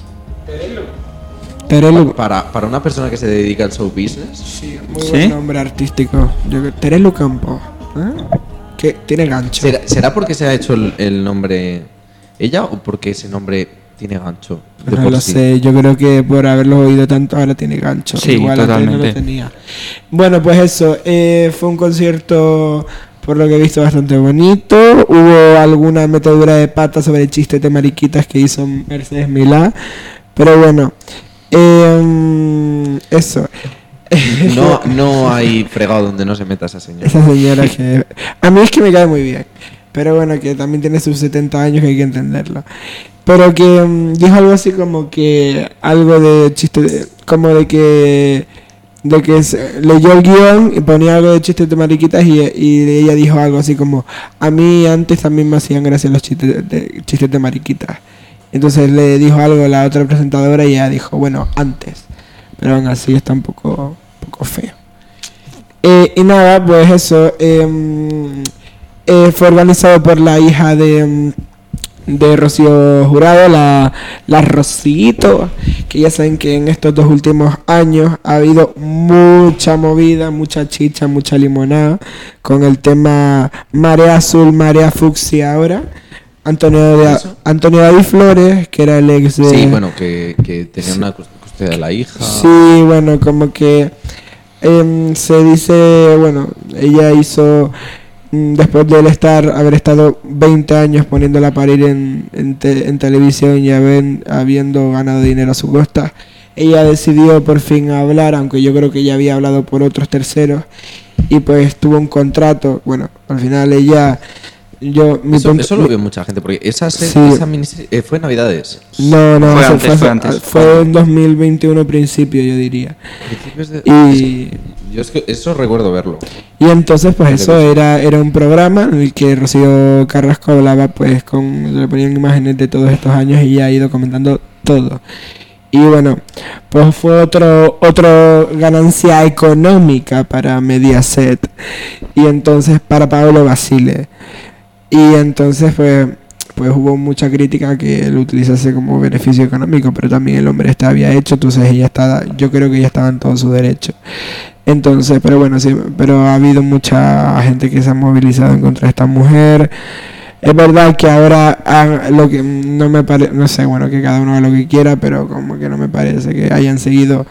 S5: Terelu,
S3: Para, para una persona que se dedica al show business,
S5: sí, muy
S6: ¿Sí?
S5: buen nombre artístico. Yo creo- Terelu Campo, ¿eh? que tiene gancho.
S3: ¿será, será porque se ha hecho el, el nombre ella o porque ese nombre tiene gancho? de
S5: No
S3: por
S5: lo
S3: sí?
S5: sé, yo creo que por haberlo oído tanto ahora tiene gancho.
S6: Sí,
S5: Igual antes no lo
S6: totalmente.
S5: tenía. Bueno, pues eso, eh, fue un concierto Por lo que he visto, bastante bonito. Hubo alguna metedura de pata sobre el chiste de mariquitas que hizo Mercedes Milá. Pero bueno, em, eso.
S3: No, no hay fregado donde no se meta esa señora.
S5: Esa señora que... A mí es que me cae muy bien. Pero bueno, que también tiene sus 70 años que hay que entenderlo. Pero que mm, dijo algo así como que... Algo de chiste... de- como de que... De que se- leyó el guión y ponía algo de chistes de mariquitas y, y ella dijo algo así como... A mí antes también me hacían gracia los chistes de, chistes de mariquitas. Entonces le dijo algo a la otra presentadora y ella dijo, bueno, antes. Pero aún así está un poco, un poco feo. Eh, y nada, pues eso. em, eh, fue organizado por la hija de, em, de Rocío Jurado, la, la Rosito. Que ya saben que en estos dos últimos años ha habido mucha movida, mucha chicha, mucha limonada. Con el tema Marea Azul, Marea Fucsia ahora. Antonio, de, Antonio David Flores, que era el ex de...
S3: Sí, bueno, que, que tenía una cust- custodia de la hija.
S5: Sí, bueno, como que em, se dice, bueno, ella hizo, mm, después de él estar, haber estado 20 años poniéndola a parir en, en, te- en televisión y haber- habiendo ganado dinero a su costa, ella decidió por fin hablar, aunque yo creo que ya había hablado por otros terceros, y pues tuvo un contrato, bueno, al final ella, yo, mi
S3: Eso,
S5: punto-
S3: eso lo vio mucha gente, porque esa, se-
S5: Sí.
S3: esa miniserie- eh, fue en Navidades.
S5: No, no,
S6: Fue
S5: eso
S6: antes,
S5: fue,
S6: fue antes.
S5: fue en 2021 principio, yo diría.
S3: Principios de-
S5: Y-
S3: Yo es que eso recuerdo verlo.
S5: Y entonces, pues
S3: Vale,
S5: eso
S3: pues.
S5: era, era un programa en el que Rocío Carrasco hablaba, pues con. le ponían imágenes de todos estos años y ya ha ido comentando todo. Y bueno, pues fue otro, otro ganancia económica para Mediaset. Y entonces para Pablo Basile. Y entonces, pues, pues hubo mucha crítica que lo utilizase como beneficio económico, pero también el hombre está había hecho, entonces ella está, yo creo que ella estaba en todo su derecho. Entonces, pero bueno, sí, pero ha habido mucha gente que se ha movilizado en contra de esta mujer. Es verdad que ahora ah, lo que no me parece, no sé, bueno, que cada uno haga lo que quiera, pero como que no me parece que hayan seguido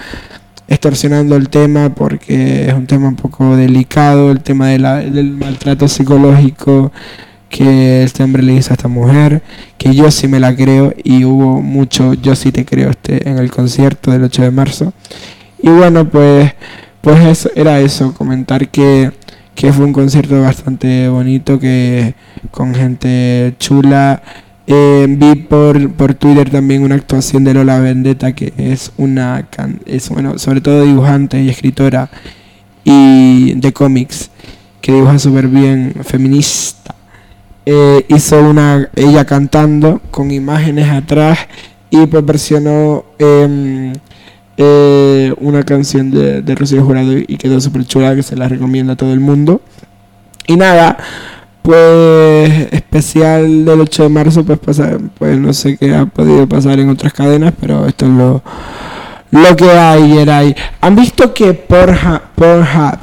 S5: extorsionando el tema porque es un tema un poco delicado, el tema de la- del maltrato psicológico que este hombre le hizo a esta mujer, que yo sí me la creo y hubo mucho yo sí te creo este en el concierto del 8 de marzo. Y bueno, pues pues eso, era eso, comentar que, que fue un concierto bastante bonito, que con gente chula. Eh, vi por, por Twitter también una actuación de Lola Vendetta, que es una can- es bueno, sobre todo dibujante y escritora y de cómics, que dibuja súper bien, feminista. Eh, hizo una ella cantando con imágenes atrás y proporcionó em, eh, una canción de, de Rocío Jurado y quedó súper chula que se la recomiendo a todo el mundo. Y nada, pues especial del 8 de marzo, pues, pasa- pues no sé qué ha podido pasar en otras cadenas, pero esto es lo, lo que hay, Geray. ¿Han visto que Pornhub, Pornhub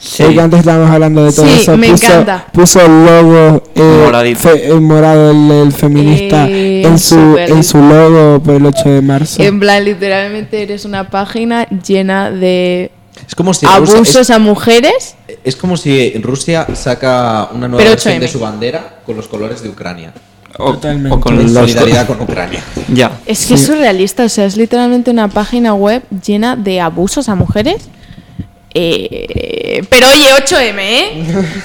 S6: Sí.
S5: eh, que antes estábamos hablando de todo
S7: Sí,
S5: eso,
S7: me
S5: puso,
S7: encanta.
S5: puso el logo eh,
S6: Moradito.
S5: fe- el morado, el, el feminista,
S7: Eh,
S5: en, su,
S7: súper. Eh,
S5: en su logo por el 8 de marzo?
S7: En plan, literalmente eres una página llena de
S3: Es como si Rusia,
S7: abusos
S3: es,
S7: a mujeres.
S3: es como si Rusia saca una nueva
S7: Pero
S3: versión de
S7: 8M.
S3: su bandera con los colores de Ucrania.
S6: O,
S5: Totalmente.
S6: o con los
S3: solidaridad con Ucrania.
S6: Ya.
S5: Este
S7: Es que es surrealista, o sea, es literalmente una página web llena de abusos a mujeres. Eh, pero oye, 8M, ¿eh?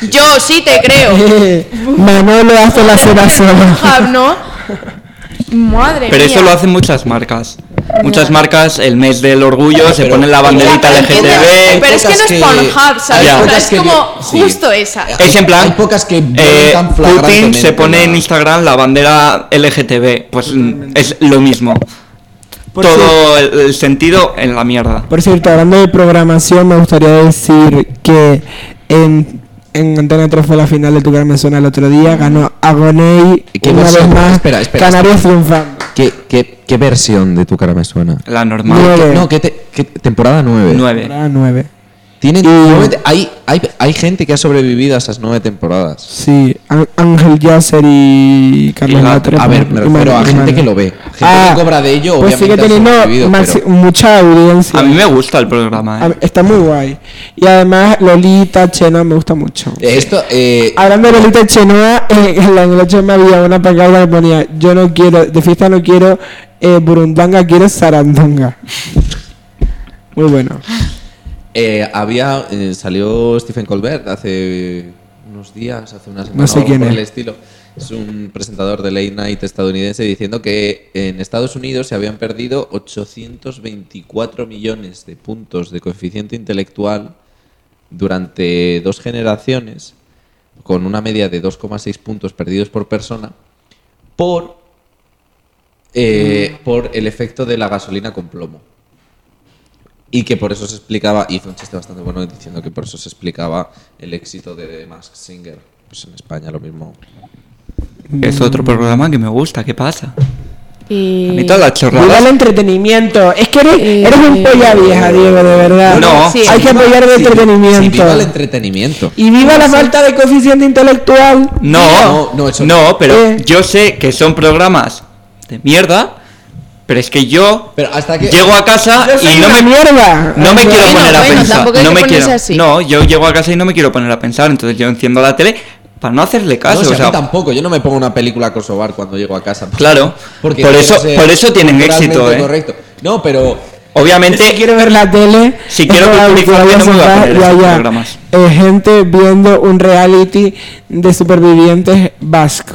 S7: Yo sí te creo.
S5: Manolo hace la cena sola.
S7: Pornhub, Ah, ¿no? Madre
S6: Pero
S7: mía.
S6: eso lo hacen muchas marcas. Muchas marcas, el mes del orgullo, se ponen la banderita
S7: Ya, pero entiende-
S6: LGTB.
S7: pero es que no es
S3: Hay
S7: Pornhub,
S3: pocas
S7: ¿sabes?
S6: Ya.
S7: O sea,
S3: pocas
S7: es
S3: que
S7: como
S3: vi- sí.
S7: justo esa.
S6: Es en plan.
S3: Hay pocas que
S6: eh,
S3: brillan
S6: Putin
S3: flagrantemente
S6: se pone en
S3: la-
S6: Instagram la bandera LGTB. Pues mm, es lo mismo.
S5: Por
S6: Todo el, el sentido en la mierda.
S5: Por cierto, hablando de programación, me gustaría decir que en, en Antena 3 fue la final de Tu Gran Me Suena el otro día, ganó Agoney
S3: ¿Qué
S5: una vez
S3: versión?
S5: más,
S3: Espera, espera, Eh.
S5: Canarias triunfando.
S3: ¿Qué, qué, qué versión de tu cara me suena?
S6: La
S3: No,
S6: normal.
S5: Nueve.
S3: que- no, que te- que- temporada 9.
S6: Nueve.
S5: Temporada nueve.
S3: Tienen
S5: Y-
S3: nueve- hay, hay, hay gente que ha sobrevivido a esas nueve temporadas.
S5: Sí, Á- Ángel Yasser y Carlos
S6: Y la-
S5: Latre.
S3: a ver, me refiero a gente que lo ve. Gente que cobra de ello,
S5: Pues
S3: obviamente,
S5: sigue
S3: ha
S5: teniendo
S3: sobrevivido,
S5: maxi-
S3: pero-
S5: mucha audiencia.
S6: A mí me gusta el programa,
S5: A-
S6: ¿eh?
S5: Está muy guay. Y además, Lolita, Chenoa, me gusta mucho.
S3: Esto, eh,
S5: Hablando de Lolita y Chenoa, eh, en la noche me había una pancarta que ponía: Yo no quiero, de fiesta no quiero eh, Burundanga, quiero Sarandonga. Muy bueno.
S3: eh, había eh, salió Stephen Colbert hace unos días, hace una semana
S5: No sé
S3: o algo
S5: quién
S3: por
S5: es.
S3: el estilo. Es un presentador de late night estadounidense diciendo que en Estados Unidos se habían perdido 824 millones de puntos de coeficiente intelectual durante dos generaciones con una media de 2,6 puntos perdidos por persona por eh,
S5: Mm.
S3: por el efecto de la gasolina con plomo. Y que por eso se explicaba, hizo un chiste bastante bueno diciendo que por eso se explicaba el éxito de The Mask Singer. Pues en España lo mismo.
S6: Es
S3: mm.
S6: otro programa que me gusta, ¿qué pasa?
S7: Y...
S6: A mí todas las
S5: Viva el
S6: chorradas...
S5: entretenimiento. Es que eres,
S7: Eh,
S5: eres un polla vieja, Diego, de verdad.
S6: No.
S7: Sí.
S5: Hay que apoyar
S3: Sí,
S5: el
S3: sí,
S5: entretenimiento.
S3: viva el entretenimiento.
S5: y viva la falta de coeficiente intelectual.
S6: No,
S3: No, no, eso-
S6: no, pero
S5: Eh.
S6: yo sé que son programas de mierda, pero es que yo
S3: Pero hasta que.
S6: llego a casa
S5: Yo soy
S6: y no
S5: una
S6: me...
S5: mierda.
S6: No me
S7: Bueno,
S6: quiero poner a
S7: bueno,
S6: pensar.
S7: tampoco hay
S6: no
S7: que
S6: me
S7: ponerse
S6: quiero.
S7: así.
S6: No, yo llego a casa y no me quiero poner a pensar, entonces yo enciendo la tele para no hacerle
S3: No,
S6: caso.
S3: si
S6: o
S3: a
S6: sea,
S3: mí tampoco. Yo no me pongo una película Kosovar cuando llego a casa.
S6: Claro, por
S3: quiero
S6: eso-
S3: ser
S6: por eso tienen
S3: culturalmente
S6: éxito, ¿eh?
S3: Correcto. No, pero.
S5: Eh,
S6: obviamente
S5: Si quiero ver la tele,
S6: Si quiero ver películas,
S5: voy
S6: yo no me voy a poner
S5: y
S6: esos
S5: haya,
S6: programas.
S5: eh, gente viendo un reality de supervivientes vasco.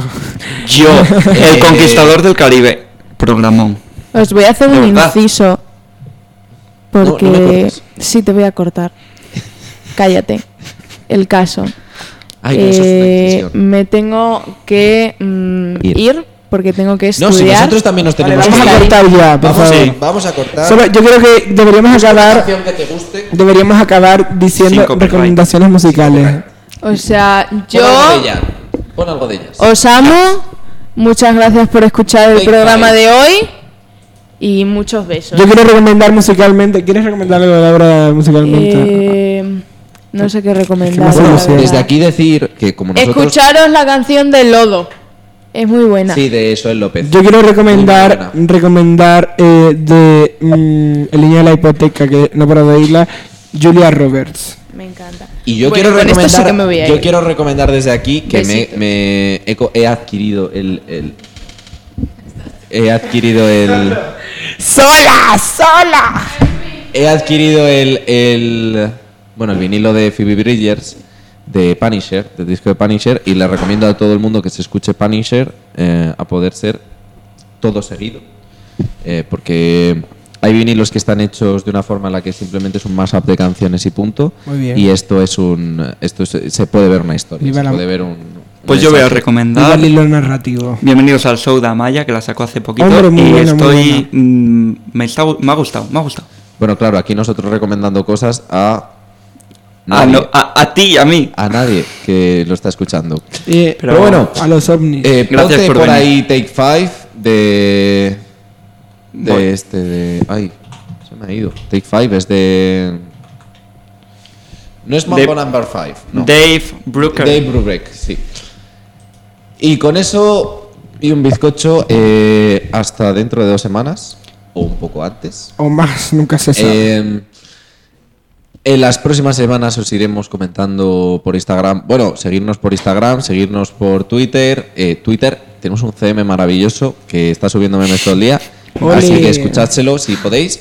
S6: yo, el
S3: Eh,
S6: conquistador del Caribe, programón.
S7: Os voy a hacer
S6: De
S7: un
S6: verdad.
S7: inciso. Porque
S3: No, no me cortes.
S7: sí te voy a cortar. Cállate. El caso.
S3: Ay, no, eso es una
S7: Eh,
S5: mm,
S3: incisión.
S7: me tengo que mm,
S3: Ir.
S7: ir. porque tengo que estudiar.
S3: No, si nosotros también nos
S5: Vale,
S3: tenemos
S5: vamos
S3: que
S5: a
S3: ir.
S5: cortar ya, por
S3: Vamos,
S5: favor.
S3: a, vamos a cortar.
S5: Solo- yo creo que deberíamos
S3: la
S5: acabar,
S3: canción que te guste.
S5: deberíamos acabar diciendo
S6: Sin copyright.
S5: recomendaciones musicales.
S7: O sea,
S3: Pon algo de
S7: yo
S3: ella. Pon algo de ellas.
S7: os amo. Muchas gracias por escuchar el
S3: Venga,
S7: programa
S3: eh.
S7: de hoy. Y muchos besos.
S5: Yo quiero recomendar musicalmente. ¿Quieres recomendar algo de Laura musicalmente?
S7: Eh, no sé qué
S5: me
S7: recomendar.
S5: hace
S7: la
S5: ilusión.
S7: verdad.
S3: Desde aquí decir que como nosotros.
S7: Escucharos la canción de Lodo. Es muy buena.
S3: Sí, de Joel López.
S5: Yo quiero recomendar,
S3: Muy
S5: recomendar eh, de mm, El niño de la hipoteca, que no para de oírla, Julia Roberts.
S7: Me encanta.
S3: Y yo
S7: Bueno,
S3: quiero
S7: con
S3: recomendar.
S7: esto sí que me voy a
S3: yo
S7: ir.
S3: quiero recomendar desde aquí que me,
S7: Besitos.
S3: me he, co- he adquirido el, el- He adquirido el.
S5: ¡Sola! ¡Sola!
S3: He adquirido el, el- Bueno, el vinilo de Phoebe Bridgers de Punisher, del disco de Punisher, y le recomiendo a todo el mundo que se escuche Punisher eh, a poder ser todo seguido. eh, porque hay vinilos que están hechos de una forma en la que simplemente es un mashup de canciones y punto.
S5: Muy bien.
S3: Y esto es un. Esto es- se puede ver una historia.
S5: Viva
S3: Se
S5: la-
S3: puede ver un.
S6: Pues
S3: un
S6: yo voy a
S3: mensaje.
S5: Viva
S6: recomendar.
S5: el hilo narrativo.
S6: Bienvenidos al show de Amaya, que la sacó hace poquito.
S5: Hombre, muy
S6: y
S5: buena, muy
S6: estoy. mm, me, está gu- me ha gustado, me ha gustado.
S3: Bueno, claro, aquí nosotros recomendando cosas a.
S6: A,
S3: nadie.
S6: Ah, no- a, a ti y a mí.
S3: a nadie que lo está escuchando.
S5: Eh,
S6: Pero-
S5: pero bueno, a los ovnis.
S3: Eh,
S6: Gracias
S3: ponte por,
S6: por venir.
S3: ahí Take Five de. De
S6: Voy.
S3: este, de. Ay, se me ha ido. Take Five es de. No es Mambo
S6: De-
S3: Number Five, no.
S6: Dave Brooker.
S3: Dave Brubeck, sí. Y con eso y un bizcocho eh, hasta dentro de dos semanas, o un poco antes.
S5: o más, nunca se sabe.
S3: Eh, en las próximas semanas os iremos comentando por Instagram. Bueno, seguirnos por Instagram, seguirnos por Twitter. Eh, Twitter, tenemos un CM maravilloso que está subiendo memes todo el día.
S5: Ole.
S3: Así que escuchádselo si podéis.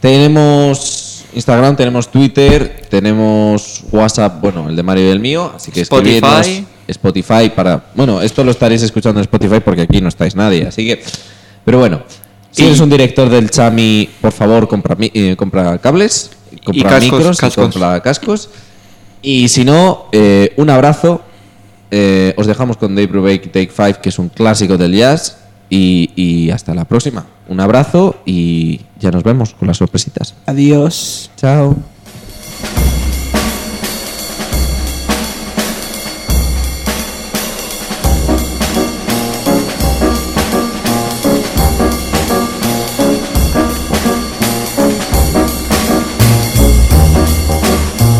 S3: Tenemos Instagram, tenemos Twitter, tenemos WhatsApp, bueno, el de Mario y el mío. Así que
S6: Spotify.
S3: escribidnos. Spotify para. Bueno, esto lo estaréis escuchando en Spotify porque aquí no estáis nadie, así que. Pero bueno, si
S6: Y-
S3: eres un director del Chami, por favor, compra, mi- eh, compra cables, compra
S6: cascos,
S3: micros, y
S6: cascos.
S3: compra cascos. Y si no, eh, un abrazo. Eh, os dejamos con Dave Brubeck y Take Five, que es un clásico del jazz. Y, y hasta la próxima. Un abrazo y ya nos vemos con las sorpresitas.
S5: Adiós.
S3: Chao.
S9: Quiero